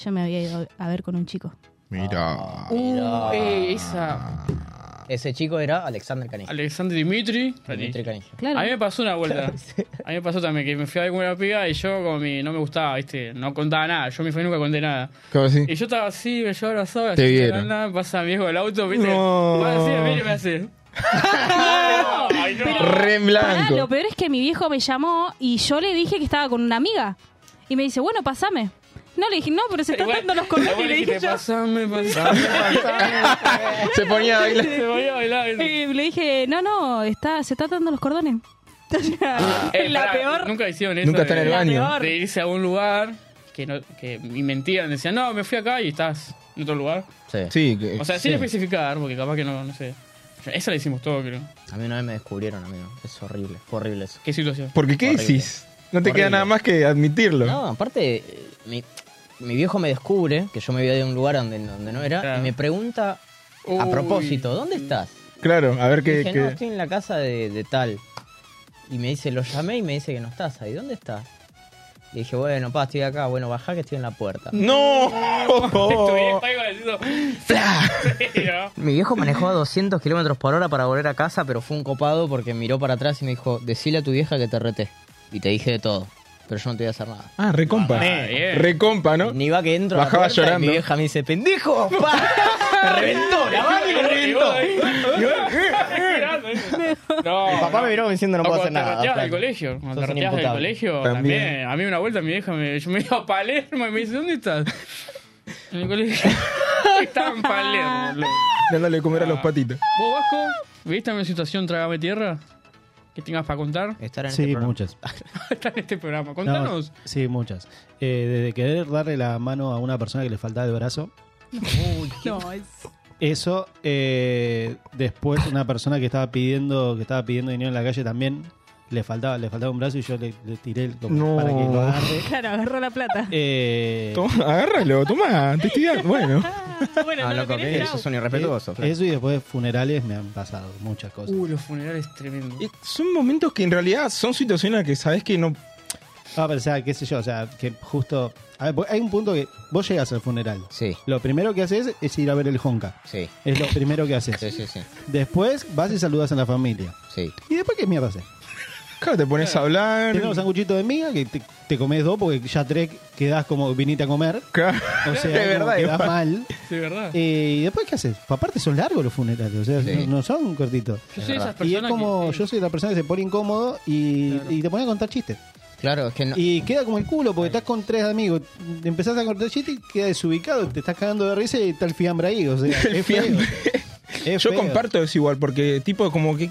D: Yo me había ido a ver con un chico.
H: Mira.
G: Uh, eh, esa.
I: Ese chico era Alexander Canija.
G: Alexander Dimitri.
I: Dimitri Canija.
D: Claro.
G: A mí me pasó una vuelta. A mí me pasó también que me fui a ver con una piba y yo como mi, no me gustaba, ¿viste? No contaba nada. Yo me fui y nunca conté nada.
H: ¿Cómo así?
G: Y yo estaba así, me llevaba abrazado.
H: Te
G: así,
H: vieron.
G: charlando, Pasa mi viejo del auto, ¿viste?
H: No.
G: Va así, me mira y me hace.
H: Re en
D: Pará,
H: blanco.
D: lo peor es que mi viejo me llamó y yo le dije que estaba con una amiga. Y me dice, bueno, pasame. No, le dije, no, pero se están dando los colores.
G: Igual
D: Le dije,
G: dijiste,
D: yo,
G: pasame, pasame.
H: Se ponía a bailar.
G: Se ponía a bailar.
D: Eh, le dije, no, no, está, se está dando los cordones.
G: Eh,
D: La
G: pará,
D: peor.
G: Nunca hicieron eso.
H: Nunca está en el
G: de-
H: La baño.
D: peor.
G: De irse a un lugar que, no, que y mentían. Decían, no, me fui acá y estás en otro lugar.
H: Sí, que-
G: O sea, sin especificar, porque capaz que no, no sé. Esa la hicimos todo, creo.
I: A mí una vez me descubrieron, amigo. Es horrible, fue horrible eso.
G: ¿Qué situación?
H: Porque ¿qué
I: Horrible.
H: decís? No te
I: Horrible.
H: queda nada más que admitirlo.
I: No, aparte, eh, mi, mi viejo me descubre que yo me había ido a un lugar donde, donde no era y me pregunta a
G: Uy.
I: propósito, ¿dónde estás?
H: Claro, a ver
I: Y
H: qué.
I: dije,
H: qué-
I: no, estoy en la casa de, de tal. Y me dice, lo llamé y me dice que no estás ahí. ¿Dónde estás? Le dije, bueno, pa, estoy acá. Bueno, bajá que estoy en la puerta.
H: ¡No!
I: Mi viejo manejó a 200 kilómetros por hora para volver a casa, pero fue un copado porque miró para atrás y me dijo, decile a tu vieja que te reté. Y te dije de todo, pero yo no te voy a hacer nada.
H: Ah, recompa.
I: Ah, bien.
H: Recompa, ¿no?
I: Ni va que entro a la
H: Bajaba
I: puerta y
H: llorando.
I: mi vieja me dice, pendejo, pa. Me reventó, la madre que me reventó.
G: eh. No,
I: Mi papá me miró diciendo no
G: O
I: puedo hacer
G: cuando te
I: nada.
G: rateabas
I: plan.
G: del colegio. Cuando te
I: Sos
G: rateabas
I: un
G: del
I: imputable.
G: colegio,
I: También.
G: también. A mí una vuelta mi vieja me, yo me iba a Palermo y me dice, ¿dónde estás? En el colegio. Estaba en Palermo. loco.
H: Dándole de comer a los
G: Ah.
H: patitos.
G: ¿Vos, Vasco? ¿Viste alguna situación trágame tierra? ¿Que tengas para contar?
I: Estar este
J: Sí, muchas.
G: Estar en este programa.
J: No,
G: Contanos.
J: sí, muchas. Eh, desde querer darle la mano a una persona que le faltaba el brazo.
D: No, es...
J: Eso, eh, después una persona que estaba pidiendo, que estaba pidiendo dinero en la calle también, le faltaba, le faltaba un brazo y yo le, le tiré el
H: No.
J: para que lo agarre.
D: Claro, agarró la plata.
J: Eh,
H: Toma, agárralo, toma, te estoy dando- Bueno.
D: Bueno, no, lo
I: Ah, loco,
D: tenés,
I: ¿qué?
D: chau.
I: Esos son irrespetuosos. Fran.
J: eso y después de funerales me han pasado muchas cosas.
G: Uy, Uh, los funerales tremendos.
H: Y Son momentos que en realidad son situaciones en las que sabes que no.
J: Ah, pero o sea, qué sé yo, o sea, que justo. A ver, porque hay un punto que vos llegas al funeral.
I: Sí.
J: Lo primero que haces es ir a ver el Honka.
I: Sí.
J: Es lo primero que haces.
I: Sí, sí, sí.
J: Después vas y saludas a la familia.
I: Sí.
J: ¿Y después qué mierda haces?
H: Claro, te pones a hablar.
J: Tenés un sanguchito de miga que te, te comes dos porque ya tres quedás como viniste a comer.
H: Claro.
J: O sea,
H: De
J: como
H: verdad,
J: quedás
H: igual.
J: mal.
G: De verdad.
J: Eh, ¿Y después qué haces? Aparte son largos los funerales, o sea,
I: Sí.
J: no, no son cortitos.
G: Yo soy de esas
J: Y es
G: personas
J: como,
G: que... eh,
J: yo soy la persona que se pone incómodo y, y te pone a contar chistes.
I: Claro, es que no.
J: Y queda como el culo, porque estás con tres amigos, empezás a cortar chiste y queda desubicado, te estás cagando de risa y está el fiambre ahí, o sea,
H: El
J: es feo.
H: fiambre.
J: Es
H: Yo
J: feo.
H: comparto eso igual, porque tipo como que.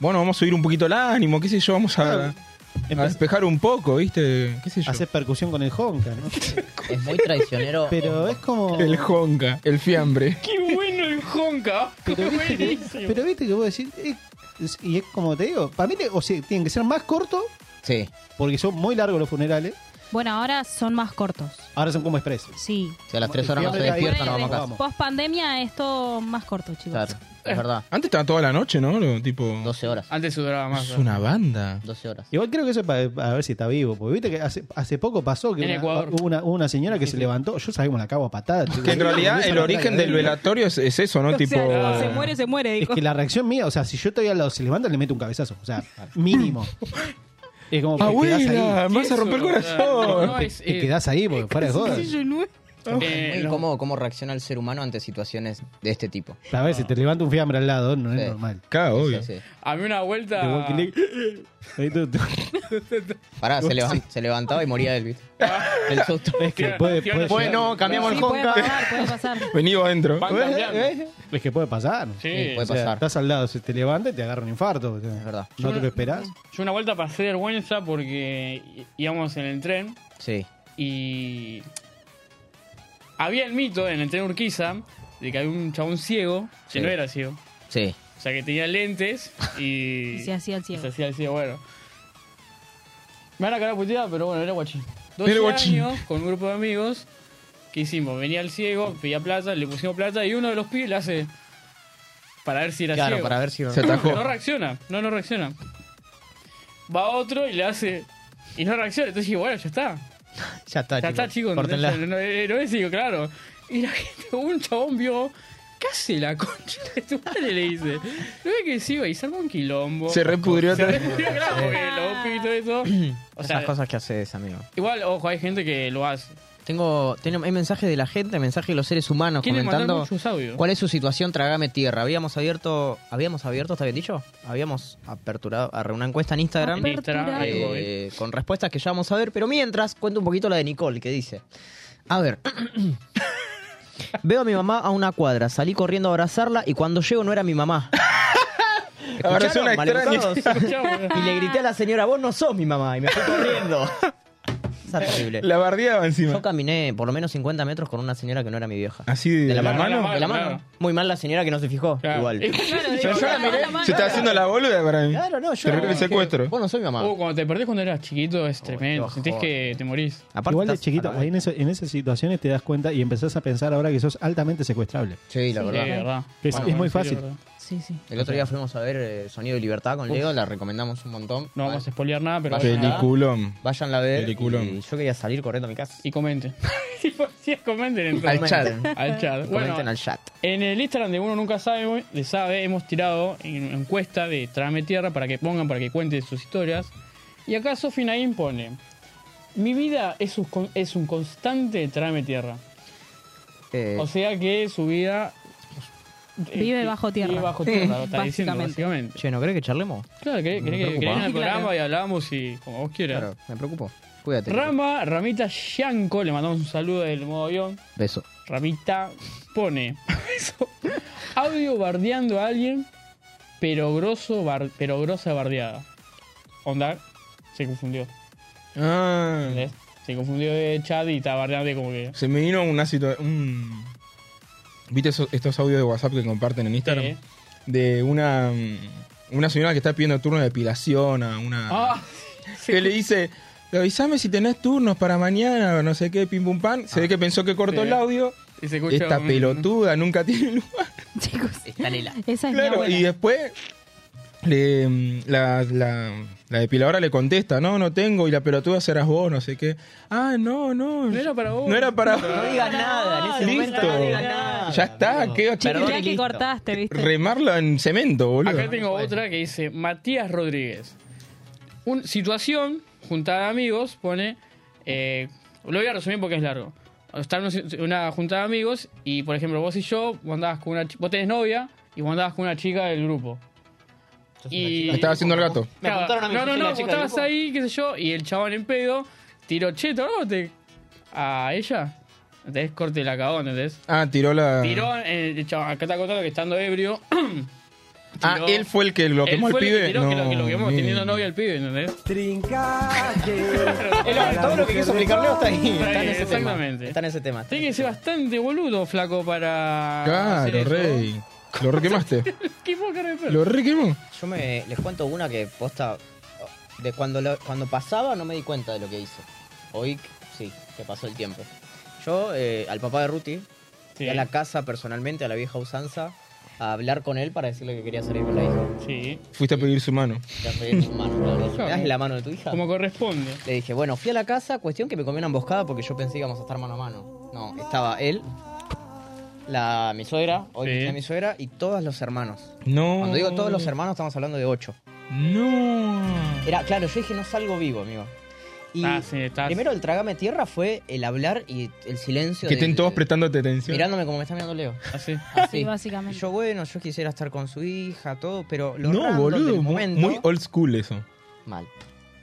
H: Bueno, vamos a subir un poquito el ánimo, qué sé yo, vamos a, a despejar un poco, ¿viste? ¿Qué sé Ah, yo?
J: Haces percusión con el honka, ¿no?
I: Es muy traicionero.
J: Pero es como...
H: El jonca, el fiambre.
G: ¡Qué bueno el Honka!
J: Pero viste, que,
G: Buenísimo.
J: pero viste que vos decís... eh, es- y es como te digo, para mí, te- o sea, tienen que ser más cortos,
I: Sí.
J: porque son muy largos los funerales,
D: Bueno, ahora son más cortos.
J: Ahora son como express.
D: Sí.
I: O sea, a las 3 horas no se
J: Fiebre
I: despiertan,
J: ahí,
I: vamos a casa.
D: Post pandemia es todo más corto, chicos.
I: Es verdad.
H: Antes estaba toda la noche, ¿no? Lo- tipo...
I: 12 horas.
G: Antes duraba más.
H: Es una banda.
I: 12 horas.
J: Igual creo que eso es para a ver si está vivo. Porque viste que hace, hace poco pasó que
G: En
J: una,
G: Ecuador.
J: hubo una, hubo una señora que se levantó. Yo sabía que me la cago a patada.
H: Que en realidad el origen del velatorio es, es eso, ¿no? tipo... ah,
D: se muere.
J: Es que la reacción mía, o sea, si yo estoy al lado, se levanta, le meto un cabezazo. O sea, mínimo. Es como que
H: Abuela,
J: quedás ahí.
H: me vas a romper el corazón.
G: No, es-
J: Te
G: eh,
J: quedás ahí porque fuera de joda.
G: Eh,
I: es muy
G: lo-
I: incómodo cómo reacciona el ser humano ante situaciones de este tipo.
J: A ver, si te levanta un fiambre al lado, no es normal.
H: Claro,
I: obvio. Sí,
G: A mí una vuelta.
J: The Walking Ahí tú- tú-
I: Pará, se, levan- se levantaba y moría él, ¿viste? El susto.
J: Es que puede,
G: Fiona
J: puede-
I: Bueno, cambiamos
D: Sí,
I: el
D: puede
I: honka.
D: pasar, puede pasar.
H: Vení vos adentro.
G: Van cambiando.
J: es que puede pasar.
G: Sí.
I: puede
J: O sea,
I: pasar.
J: estás al lado, se te levanta y te agarra un infarto. Es
I: verdad.
J: No te lo esperás.
G: Yo una vuelta pasé de vergüenza porque í- íbamos en el tren
I: Sí.
G: y. Había el mito en el tren Urquiza de que había un chabón ciego que
I: Sí.
G: no era ciego.
I: Sí.
G: O sea, que tenía lentes y.
D: Y se hacía el
G: y se
D: ciego.
G: hacía el ciego, bueno. Me van a cagar puteada, pero bueno, era guachín. 12
H: Era guachín.
G: años con un grupo de amigos. ¿Qué hicimos? Venía el ciego, pedía plata, le pusimos plata y uno de los pibes le hace. Para ver si era
I: Claro,
G: ciego.
I: para ver si...
H: Se atajó.
G: No reacciona, no, no reacciona. Va otro y le hace. Y no reacciona. Entonces dije, bueno, ya está.
I: Ya está,
G: Ya está, chicos. No,
I: Ah, Córtenla.
G: no- no es digo, claro. Y la gente, un chabón vio. ¿Qué hace la concha de tu madre? Le dice. No ve que sigo y salgo un quilombo.
H: Se repudrió
G: Se
H: atrás.
G: repudrió, claro, porque los pibes y todo eso. O
I: Esas
G: sea,
I: cosas que haces, amigo.
G: igual, ojo, hay gente que lo hace.
I: Tengo, tengo- hay mensajes de la gente, mensajes de los seres humanos
G: Quieren mandar
I: comentando
G: muchos audios.
I: cuál es su situación, trágame tierra. Habíamos abierto, habíamos abierto, ¿está bien dicho? Habíamos aperturado a una encuesta en Instagram
G: En Instagram,
D: Apertura.
G: ahí voy.
I: eh, con respuestas que ya vamos a ver, pero mientras cuento un poquito la de Nicole que dice, a ver, veo a mi mamá a una cuadra, salí corriendo a abrazarla y cuando llego no era mi mamá.
H: Abrazó a una
I: ¿Escucharon, maleducados?
G: extraña.
I: y le grité a la señora, vos no sos mi mamá y me fui corriendo. Está terrible.
H: La bardeaba encima.
I: Yo caminé por lo menos 50 metros con una señora que no era mi vieja.
H: Así ¿Ah, de,
I: ¿De la,
G: mano?
H: mano.
I: De la mano.
G: Claro.
I: Muy mal la señora que no se fijó.
G: Claro.
I: Igual.
D: Claro,
H: Yo-
D: digo,
H: yo la
D: levanta
H: miré,
D: la mano.
H: se está haciendo la boluda para mí.
I: Claro, no, yo.
H: Terrible secuestro.
I: Vos no soy mi mamá.
G: Uh, cuando te perdés cuando eras chiquito es tremendo.
I: qué
G: Sentís
I: bajón.
G: que te morís.
I: Aparte
J: Igual de
I: estás-
J: chiquito, ahí en, eso- en esas situaciones te das cuenta y empezás a pensar ahora que sos altamente secuestrable.
I: Sí, la
D: Sí.
G: Sí,
I: verdad.
G: verdad.
J: Es- es muy
G: en serio,
J: fácil.
G: verdad.
D: Sí, sí.
I: El otro día fuimos a ver eh, Sonido y Libertad con Leo, la recomendamos un montón.
G: No vamos a spoilear nada, pero.
I: Vaya.
G: vayan a-
H: Peliculón.
I: Váyanla a ver.
H: Peliculón.
I: Y yo quería salir corriendo a mi casa.
G: Y comenten. Y por si comenten entonces.
I: Al
H: Al chat.
I: Comenten.
G: Al chat. Bueno,
I: Comenten al chat.
G: en el Instagram de Uno Nunca Sabe, de sabe hemos tirado en- encuesta de Trame Tierra para que pongan, para que cuenten sus historias. Y acá Sofi Naim pone: Mi vida es un, con- es un constante Trame Tierra.
I: Eh,
G: O sea que su vida.
D: Vive
G: eh,
D: bajo tierra.
G: Vive bajo tierra, lo está diciendo,
D: Básicamente.
G: básicamente.
I: che, ¿no crees que charlemos?
G: Claro, que
I: Me
G: que
I: preocupa.
G: venga al
D: Sí, claro.
G: programa y hablamos y como vos quieras.
I: Claro, me preocupo. Cuídate.
G: Rama, Ramita Yanco, le mandamos un saludo del modo avión.
I: Beso.
G: Ramita pone eso. audio bardeando a alguien, pero grosso bar- pero grosa bardeada. Onda, se confundió.
H: Ah,
G: ¿entendés? Se confundió de chat y estaba bardeando como que.
H: se me vino una situación. ¿Viste esos- estos audios de WhatsApp que comparten en Instagram?
G: Sí.
H: De una, mm, una señora que está pidiendo turno de depilación a una.
G: Ah,
H: que le dice, avísame si tenés turnos para mañana, no sé qué, pim pum pan. Se ve que pensó que cortó
G: Ah. Sí.
H: el audio.
G: y se escucha
H: Esta
G: un-
H: pelotuda nunca tiene lugar.
D: Chicos,
I: Está Lela.
D: esa es mi
H: Claro,
D: abuela.
H: y después le, mm, la, la- la depiladora le contesta, no, no tengo, y la pelotuda serás vos, no sé qué. Ah, no, no.
G: No era para vos.
H: No era para vos.
I: No digas nada. En
H: Listo.
I: ese momento no digas nada.
H: Ya está,
I: amigo.
H: quedó chiquito.
I: Perdón y
D: Mirá que
I: listo.
D: cortaste, ¿viste?
H: Remarla en cemento, boludo.
G: Acá tengo otra que dice Matías Rodríguez. Un, situación, juntada de amigos, pone. eh, lo voy a resumir porque es largo. Está en una, una juntada de amigos y, por ejemplo, vos y yo, vos, andabas con una, chi- vos tenés novia y vos andabas con una chica del grupo. Y,
H: Estaba haciendo el gato.
I: Me
G: Claro,
I: apuntaron a mí,
G: No,
I: yo
G: no,
I: soy
G: no,
I: la
G: vos
I: chica del
G: estabas
I: grupo.
G: ahí, qué sé yo, y el chabón en pedo tiró cheto, ¿no? Te- a ella. Entonces corte la cagón, ¿entendés?
H: Ah, tiró la.
G: Tiró, eh, el chabón, acá está contando que estando ebrio,
H: ah,
G: tiró-
H: él fue el que lo
G: Él
H: quemó al
G: fue el que
H: pibe.
G: tiró que lo, que lo quemó,
H: ni-
G: teniendo novia al pibe, ¿entendés?
I: Él- Todo lo que quiso explicar Leo está ahí.
G: Está
I: Está en
G: ahí,
I: ese tema.
G: exactamente.
I: Está en ese tema.
G: Tiene que ser bastante boludo, flaco, para. hacer
H: Claro,
G: eso.
H: rey. Lo requemaste.
G: ¿Qué poca de perro?
H: lo requemó.
I: Yo me, les cuento una que posta. De cuando, lo- cuando pasaba no me di cuenta de lo que hice. Hoy, sí, que pasó el tiempo. Yo, eh, al papá de Ruti, fui a la casa personalmente, a la vieja usanza, a hablar con él para decirle que quería salir con la hija.
G: Sí.
H: Fuiste a pedir su mano.
I: Le pegué su mano, claro. ¿Me das la mano de tu hija?
G: Como corresponde.
I: Le dije, bueno, fui a la casa, cuestión que me comí una emboscada porque yo pensé que íbamos a estar mano a mano. No, estaba él, la mi suegra, hoy que tenía mi suegra, y todos los hermanos.
H: No.
I: Cuando digo todos
H: Mm.
I: los hermanos, estamos hablando de ocho.
H: No.
I: Era, claro, yo dije, no salgo vivo, amigo. Y
G: Ah, sí, estás-
I: primero el tragame tierra fue el hablar y el silencio.
H: Que
I: del-
H: estén todos prestándote atención.
I: Mirándome como me está mirando Leo.
G: Así.
D: Sí, básicamente.
I: Y yo, bueno, yo quisiera estar con su hija, todo, pero lo
H: no,
I: random
H: boludo.
I: del
H: mu- Muy,
I: momento,
H: old school eso.
I: Mal.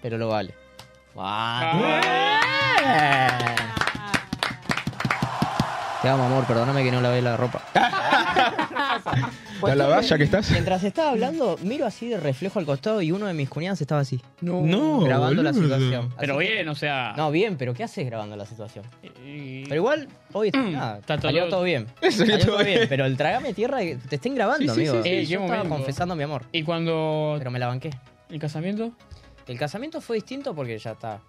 I: Pero lo vale.
G: Ah,
I: Ah, Te amo, amor, perdóname que no lavé la ropa.
H: La lavás ya que estás.
I: Pues Mientras estaba hablando, miro así de reflejo al costado y uno de mis cuñadas estaba así.
G: No.
I: grabando la situación.
G: Pero
I: Así que-
G: bien, o sea.
I: No, bien, pero ¿qué haces grabando la situación? Pero igual, hoy está, nada,
G: Mm, todo-
I: salió todo bien.
G: Salió todo bien.
I: Pero el trágame tierra, te estén grabando,
G: Sí, sí,
I: amigo.
G: sí, sí,
I: Eh,
G: qué
I: yo estaba
G: momento.
I: confesando mi amor.
G: ¿Y cuando.
I: Pero me la banqué.
G: ¿El casamiento?
I: El casamiento fue distinto porque ya está.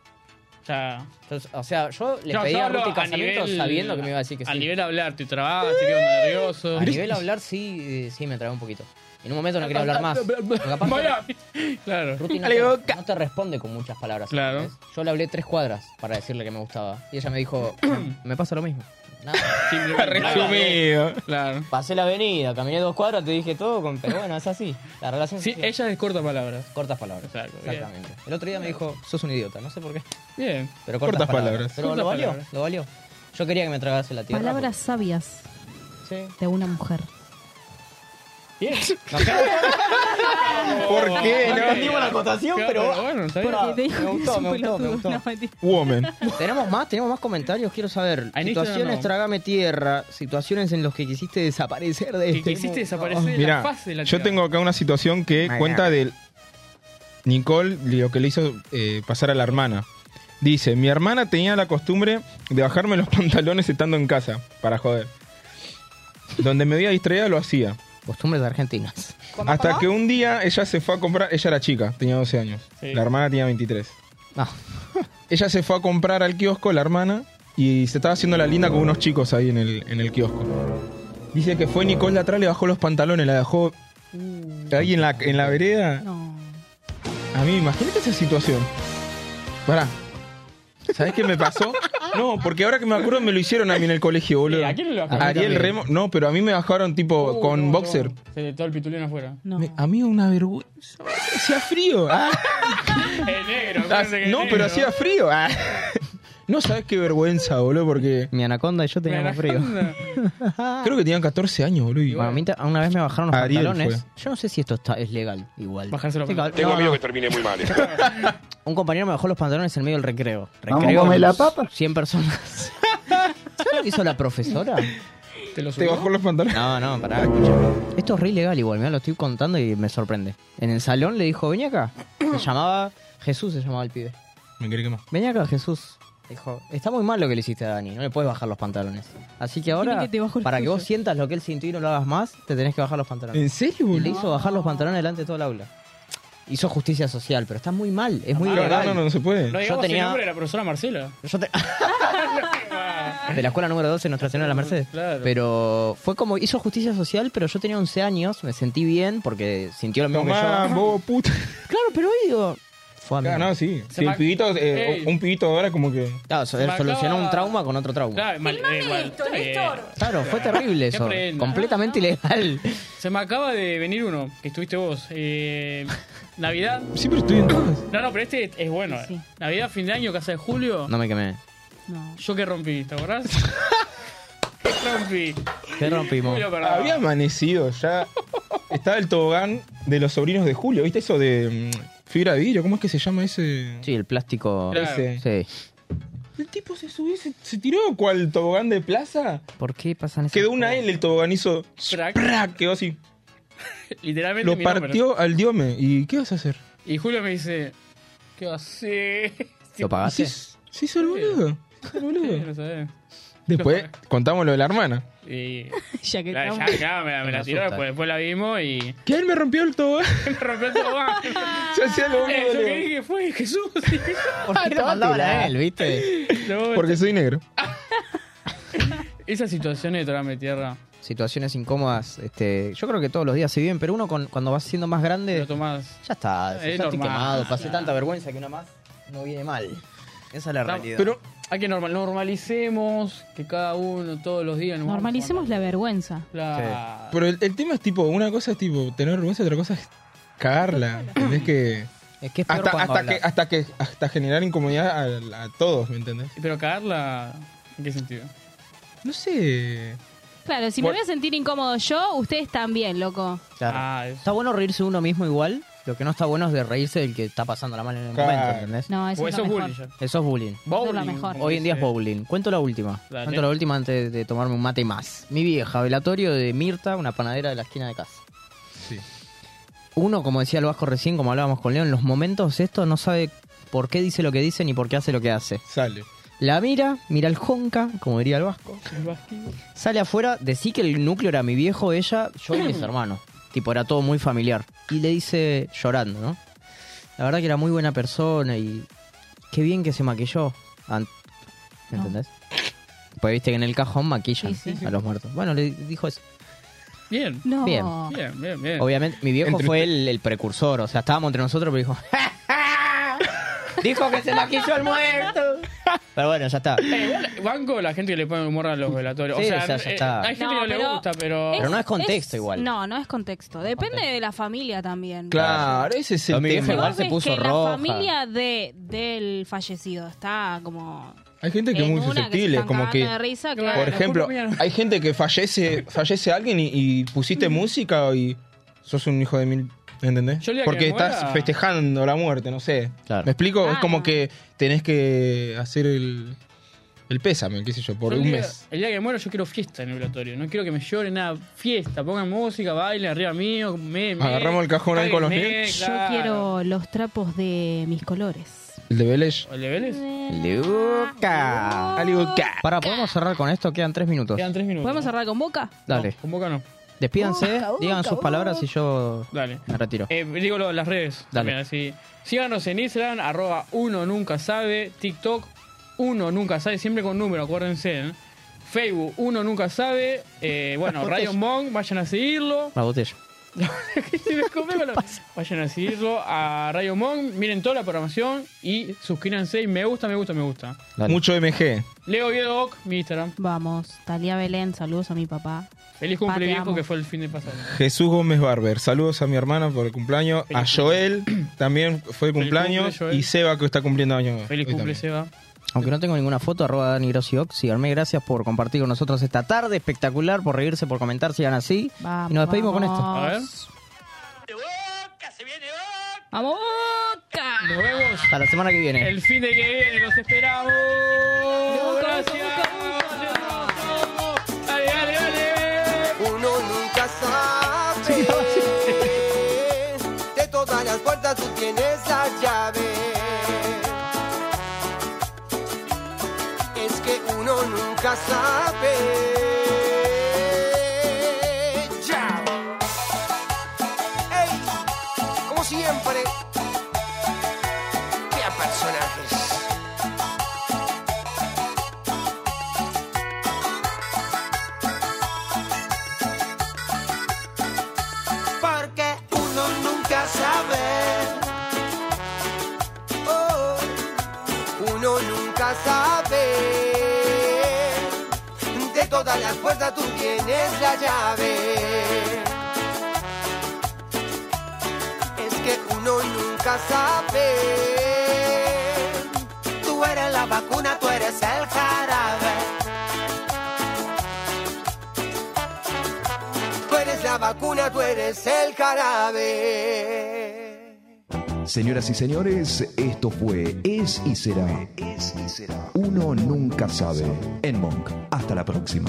G: Ya.
I: Yo- o sea, yo le
G: No,
I: pedí
G: yo
I: a
G: hablo
I: Ruti
G: a
I: casamiento
G: nivel-
I: sabiendo que me iba a decir que sí.
G: A nivel hablar, te trabas, te quedas nervioso.
I: A nivel hablar, sí, eh, sí, me trabé un poquito. En un momento no quería hablar más. Porque capaz que
G: Claro.
I: Ruti no, te, no te responde con muchas palabras.
G: Claro.
I: ¿entendés? Yo le hablé tres cuadras para decirle que me gustaba. Y ella me dijo, me pasa lo mismo. Nada.
H: Resumido.
G: Claro.
I: Pasé la avenida, caminé dos cuadras, te dije todo, con- pero bueno, es así. La relación
G: Sí, ella es corta palabras.
I: Cortas palabras.
G: bien.
I: Exactamente. El otro día me dijo, sos un idiota, no sé por qué.
G: Bien.
I: Pero cortas,
H: Cortas
I: palabras.
H: palabras.
I: Pero
H: Cortas
I: lo valió,
H: palabras.
I: lo valió. Yo quería que me tragase la tierra.
D: Palabras sabias
I: Sí.
D: de una mujer.
I: No sé.
H: ¿Por qué?
I: No
H: No?
I: entendimos la acotación,
G: Claro,
I: pero.
G: pero bueno, está bien.
I: pero-
D: Porque te dijo
I: me
D: que
I: gustó,
D: es un
I: me gustó, me
D: pelotudo.
I: gustó.
D: No, mentira.
H: Woman.
I: Tenemos más, tenemos más comentarios, quiero saber.
G: Ah, en Instagram
I: situaciones
G: no.
I: trágame tierra, situaciones en las que quisiste desaparecer de
G: Que
I: este
G: quisiste
I: mundo.
G: desaparecer de la
H: Mira,
G: faz de la
H: yo
G: Tierra.
H: tengo acá una situación que
I: Ay,
H: cuenta
I: ay.
H: de Nicole lo que le hizo eh, pasar a la hermana. Dice, mi hermana tenía la costumbre de bajarme los pantalones estando en casa, para joder. Donde me veía distraída lo hacía.
I: Costumbres argentinas.
H: Hasta que un día ella se fue a comprar, ella era chica, tenía 12 años.
G: Sí.
H: La hermana tenía 23.
I: No.
H: Ella se fue a comprar al kiosco, la hermana, y se estaba haciendo la linda con unos chicos ahí en el, en el kiosco. Dice que fue Nicole de atrás, le bajó los pantalones, la dejó
G: Uh.
H: ahí en la, en la vereda.
D: No.
H: A mí, imagínate esa situación. Pará. ¿Sabes qué me pasó? No, porque ahora que me acuerdo me lo hicieron a mí en el colegio, boludo.
G: Eh, ¿a quién le lo bajaron? Uh,
H: A Ariel Remo. No, pero a mí me bajaron tipo con boxer.
G: Se le todo el pitulino afuera.
D: No.
H: Me- a mí una vergüenza. Hacía frío. Ah.
G: El negro,
H: Ah,
G: acuérdense que
H: no,
G: el negro.
H: pero hacía frío. Ah. No sabes qué vergüenza, boludo, porque
I: Mi anaconda y yo teníamos frío.
H: creo que tenían 14 años, boludo. y-
I: Bueno, a mí ta- una vez me bajaron los
H: Ariel
I: pantalones. Yo no sé si esto está, es legal, igual.
G: Bajarse los
I: Sí,
G: pantalones.
I: no, no.
E: termine muy mal.
I: Un compañero me bajó los pantalones en medio del recreo. recreo
F: Vamos a comer la papa.
I: 100 personas. ¿Sabes lo que hizo la profesora?
G: Te lo
H: Te
G: subo.
H: bajó los pantalones.
I: No, no, pará, escuchame. Esto es re ilegal igual, mirá, lo estoy contando y me sorprende. En el salón le dijo, vení acá. Se llamaba... Jesús se llamaba el pibe.
H: Me quería quemar.
I: Vení acá, Jesús. Dijo, está muy mal lo que le hiciste a Dani, no le puedes bajar los pantalones. Así que ahora,
D: que te bajo los
I: para que vos
D: tuyos.
I: sientas lo que él sintió y no lo hagas más, te tenés que bajar los pantalones.
H: ¿En serio,
I: Y le
H: boludo?
I: hizo bajar los pantalones delante de todo el aula. Hizo justicia social, pero está muy mal, es muy
H: Ah, No, no,
I: ilegal.
H: no, no se
G: No
H: puede.
G: digamos
I: tenía-
G: el nombre de la profesora Marcela.
I: Yo te-
G: Ah.
I: de la escuela número 12 Nuestra Señora de la Merced.
G: Claro.
I: Pero fue como, hizo justicia social, pero yo tenía 11 años, me sentí bien porque sintió lo mismo
H: Tomá,
I: que yo.
H: bobo puta.
I: Claro, pero hoy digo, fue a mí.
H: Ah, no, sí.
G: Se
H: Si el
G: ma-
H: pibito, eh,
G: Ey.
H: un pibito ahora como que.
I: Claro, so- él
G: Marcaba-
I: solucionó un trauma con otro trauma.
G: Claro, mal, eh, mal. Está bien.
I: Claro, fue terrible
G: Qué
I: eso.
G: prenda.
I: Completamente ilegal.
G: Se me acaba de venir uno que estuviste vos. Eh, Navidad.
H: Siempre estoy en todas.
G: No, no, pero este es bueno.
D: Sí, sí.
G: eh. Navidad, fin de año, casa de Julio.
I: No me quemé.
D: No.
G: Yo que rompí, ¿te acordás? ¿Qué rompí?
I: ¿Qué rompimos?
G: Julio, perdón.
H: Había amanecido ya. Estaba el tobogán de los sobrinos de Julio. ¿Viste eso de mm, fibra de vidrio? ¿Cómo es que se llama ese?
I: Sí, el plástico.
G: Claro.
H: Ese.
I: Sí.
H: El tipo se subió, se, se tiró cual tobogán de plaza.
I: ¿Por qué pasan esas
H: Quedó una L el tobogán hizo.
G: Crack.
H: ¡prac! Quedó así.
G: Literalmente
H: Lo
G: mi nombre.
H: partió al diome. ¿Y qué vas a hacer?
G: Y Julio me dice, ¿qué haces?
I: ¿Lo pagaste?
H: Se hizo el boludo. Se hizo el
G: Sí,
H: boludo.
G: no sabés.
H: Después contamos lo de la hermana.
G: Y
D: ya que
G: la, ya,
D: estamos.
G: claro, me, la- me la
H: Me
G: tiró
H: asusta.
G: después, después la vimos y.
H: Que él me rompió el todo.
G: me rompió Ah, el tobogán.
H: Yo hacía lo mismo,
G: Eso que
H: boludo.
G: dije fue Jesús.
I: ¿Por
H: te mandaban a él,
I: viste?
H: Porque soy negro.
G: Esas situaciones de Trágame Tierra.
I: Situaciones incómodas, este, yo creo que todos los días se viven, pero uno con- cuando vas siendo más grande. Ya está,
G: Es
I: ya estoy
G: normal.
I: quemado, pasé
G: Claro.
I: tanta vergüenza que una más no viene mal. Esa es la
G: Estamos-
I: realidad.
G: Pero hay que normal, normalicemos que cada uno todos los días nos vamos
D: Normalicemos la vergüenza.
G: a la-
H: Pero el, el tema es tipo, una cosa es tipo tener vergüenza, otra cosa es cagarla. Es que.
I: Es que
G: es peor
H: hasta,
G: cuando
H: hasta que
G: hablas.
H: hasta que hasta generar incomodidad a, a todos, ¿me entendés?
G: Pero cagarla, ¿en qué sentido?
H: No sé.
D: Claro, si me
I: Bueno.
D: voy a sentir incómodo yo, ustedes también, loco.
I: Claro. está bueno reírse de uno mismo igual. Lo que no está bueno es de reírse del que está pasando la mal en el
D: Claro.
I: momento, ¿entendés?
D: No, eso O es lo eso es mejor. bullying
I: Eso es bullying.
D: Bowling, Eso es lo mejor. como
I: Hoy en día es
D: dice.
I: bowling. Cuento la última.
D: Dale.
I: Cuento la última antes de tomarme un mate y más. Mi vieja, velatorio de Mirta, una panadera de la esquina de casa.
H: Sí.
I: Uno, como decía el Vasco recién, como hablábamos con Leo, en los momentos esto no sabe por qué dice lo que dice ni por qué hace lo que hace.
H: Sale.
I: La mira, mira el jonca, como diría el Vasco. Sale afuera, decí que el núcleo era mi viejo, ella, yo y mis hermanos. Tipo, era todo muy familiar. Y le dice, llorando, ¿no? La verdad que era muy buena persona y qué bien que se maquilló. An- ¿Me entendés? Pues viste que en el cajón maquillan
G: Sí, sí.
I: a los muertos. Bueno, le dijo eso.
G: Bien.
I: No. Bien.
G: Bien, bien, bien.
I: Obviamente, mi viejo
G: Entre
I: fue el, el precursor. O sea, estábamos entre nosotros, pero dijo... dijo que se maquilló el muerto. Pero bueno, ya está.
G: Eh, igual, banco la gente que le pone humor a los velatorios.
I: Sí,
G: o sea,
I: ya- ya
G: eh,
I: está.
G: hay gente que
D: No,
G: no le
D: pero-
G: gusta, pero.
I: Pero no es contexto igual.
D: No, no es contexto. Depende de la familia también.
H: Claro, ese es el
I: Lo mismo,
H: tema.
I: igual se
D: Es
I: puso
D: que
I: roja.
D: la familia de, del fallecido está como...
H: Hay gente que Este es
D: en
H: muy
D: una
H: susceptible,
D: se están
H: como que
D: cagando de risa,
G: Ah,
D: claro.
H: Por ejemplo, hay gente que fallece, fallece alguien y, y pusiste música y sos un hijo de mil. ¿Entendés?
G: el día que
H: Porque
G: me
H: estás
G: muera- Ah.
H: festejando la muerte, no sé. ¿Me explico? Es
G: Claro.
H: como que tenés que hacer el, el pésame, qué sé yo, por
G: Yo el
H: un
G: día-
H: mes.
G: El día que muero yo quiero fiesta en el velatorio. No quiero que me lloren nada. Fiesta, pongan música, bailen arriba mío, me, me.
H: Agarramos el cajón ahí con los
G: Cáguenme,
H: niños.
D: Yo
G: claro.
D: quiero los trapos de mis colores.
H: ¿El de Vélez?
G: ¿El de Vélez?
I: Luca. Para, ¿podemos cerrar con esto? Quedan tres minutos.
G: Quedan tres minutos.
D: ¿Podemos cerrar con boca?
I: Dale.
G: Con boca no.
I: Despídanse,
G: Boca,
I: digan
G: boca,
I: sus
G: boca.
I: palabras y yo
G: Dale.
I: me retiro.
G: Eh, digo lo- las redes.
I: Dale.
G: También, así. Síganos en Instagram, arroba uno nunca sabe, TikTok, uno nunca sabe, siempre con número, acuérdense. ¿eh? Facebook, uno nunca sabe. eh, bueno, Radio Monk, vayan a seguirlo.
I: La botella.
G: Sí, me comí con la- Vayan a seguirlo a Radio Monk, miren toda la programación y suscríbanse y me gusta, me gusta, me gusta.
H: Mucho MG.
G: Leo Oviedo Oc, mi Instagram.
D: Vamos. Talía Belén, saludos a mi papá.
G: Feliz
D: Papá, te
G: cumple viejo
D: amo.
G: que fue el fin de pasado.
H: Jesús Gómez Barber. Saludos a mi hermana por el cumpleaños. A Joel, también fue el cumpleaños.
G: cumple, Joel.
H: y Seba, que está cumpliendo años.
G: Feliz
H: hoy
G: cumple,
H: también.
G: Seba.
I: Aunque no tengo ninguna foto, arroba Dani Grossi Ox. Síganme, gracias por compartir con nosotros esta tarde espectacular, por reírse, por comentar, sigan así.
D: Vamos,
I: y nos despedimos con esto.
D: vamos. A ver. ¡Vamos, Boca!
G: Nos vemos.
I: Hasta la semana que viene.
G: El fin de que viene, los esperamos. Gracias. Dale, dale, dale.
K: Uno nunca sabe. De todas las puertas tú tienes la llave. Es que uno nunca sabe. Ya. Ey, como siempre. Vea personajes. porque uno nunca sabe. Oh, uno nunca sabe. De todas las puertas tú tienes la llave. Es que uno nunca sabe. Tú eres la vacuna, tú eres el jarabe. Tú eres la vacuna, tú eres el jarabe.
B: Señoras y señores, esto fue Es y Será. Uno nunca sabe. En Monk. Hasta la próxima.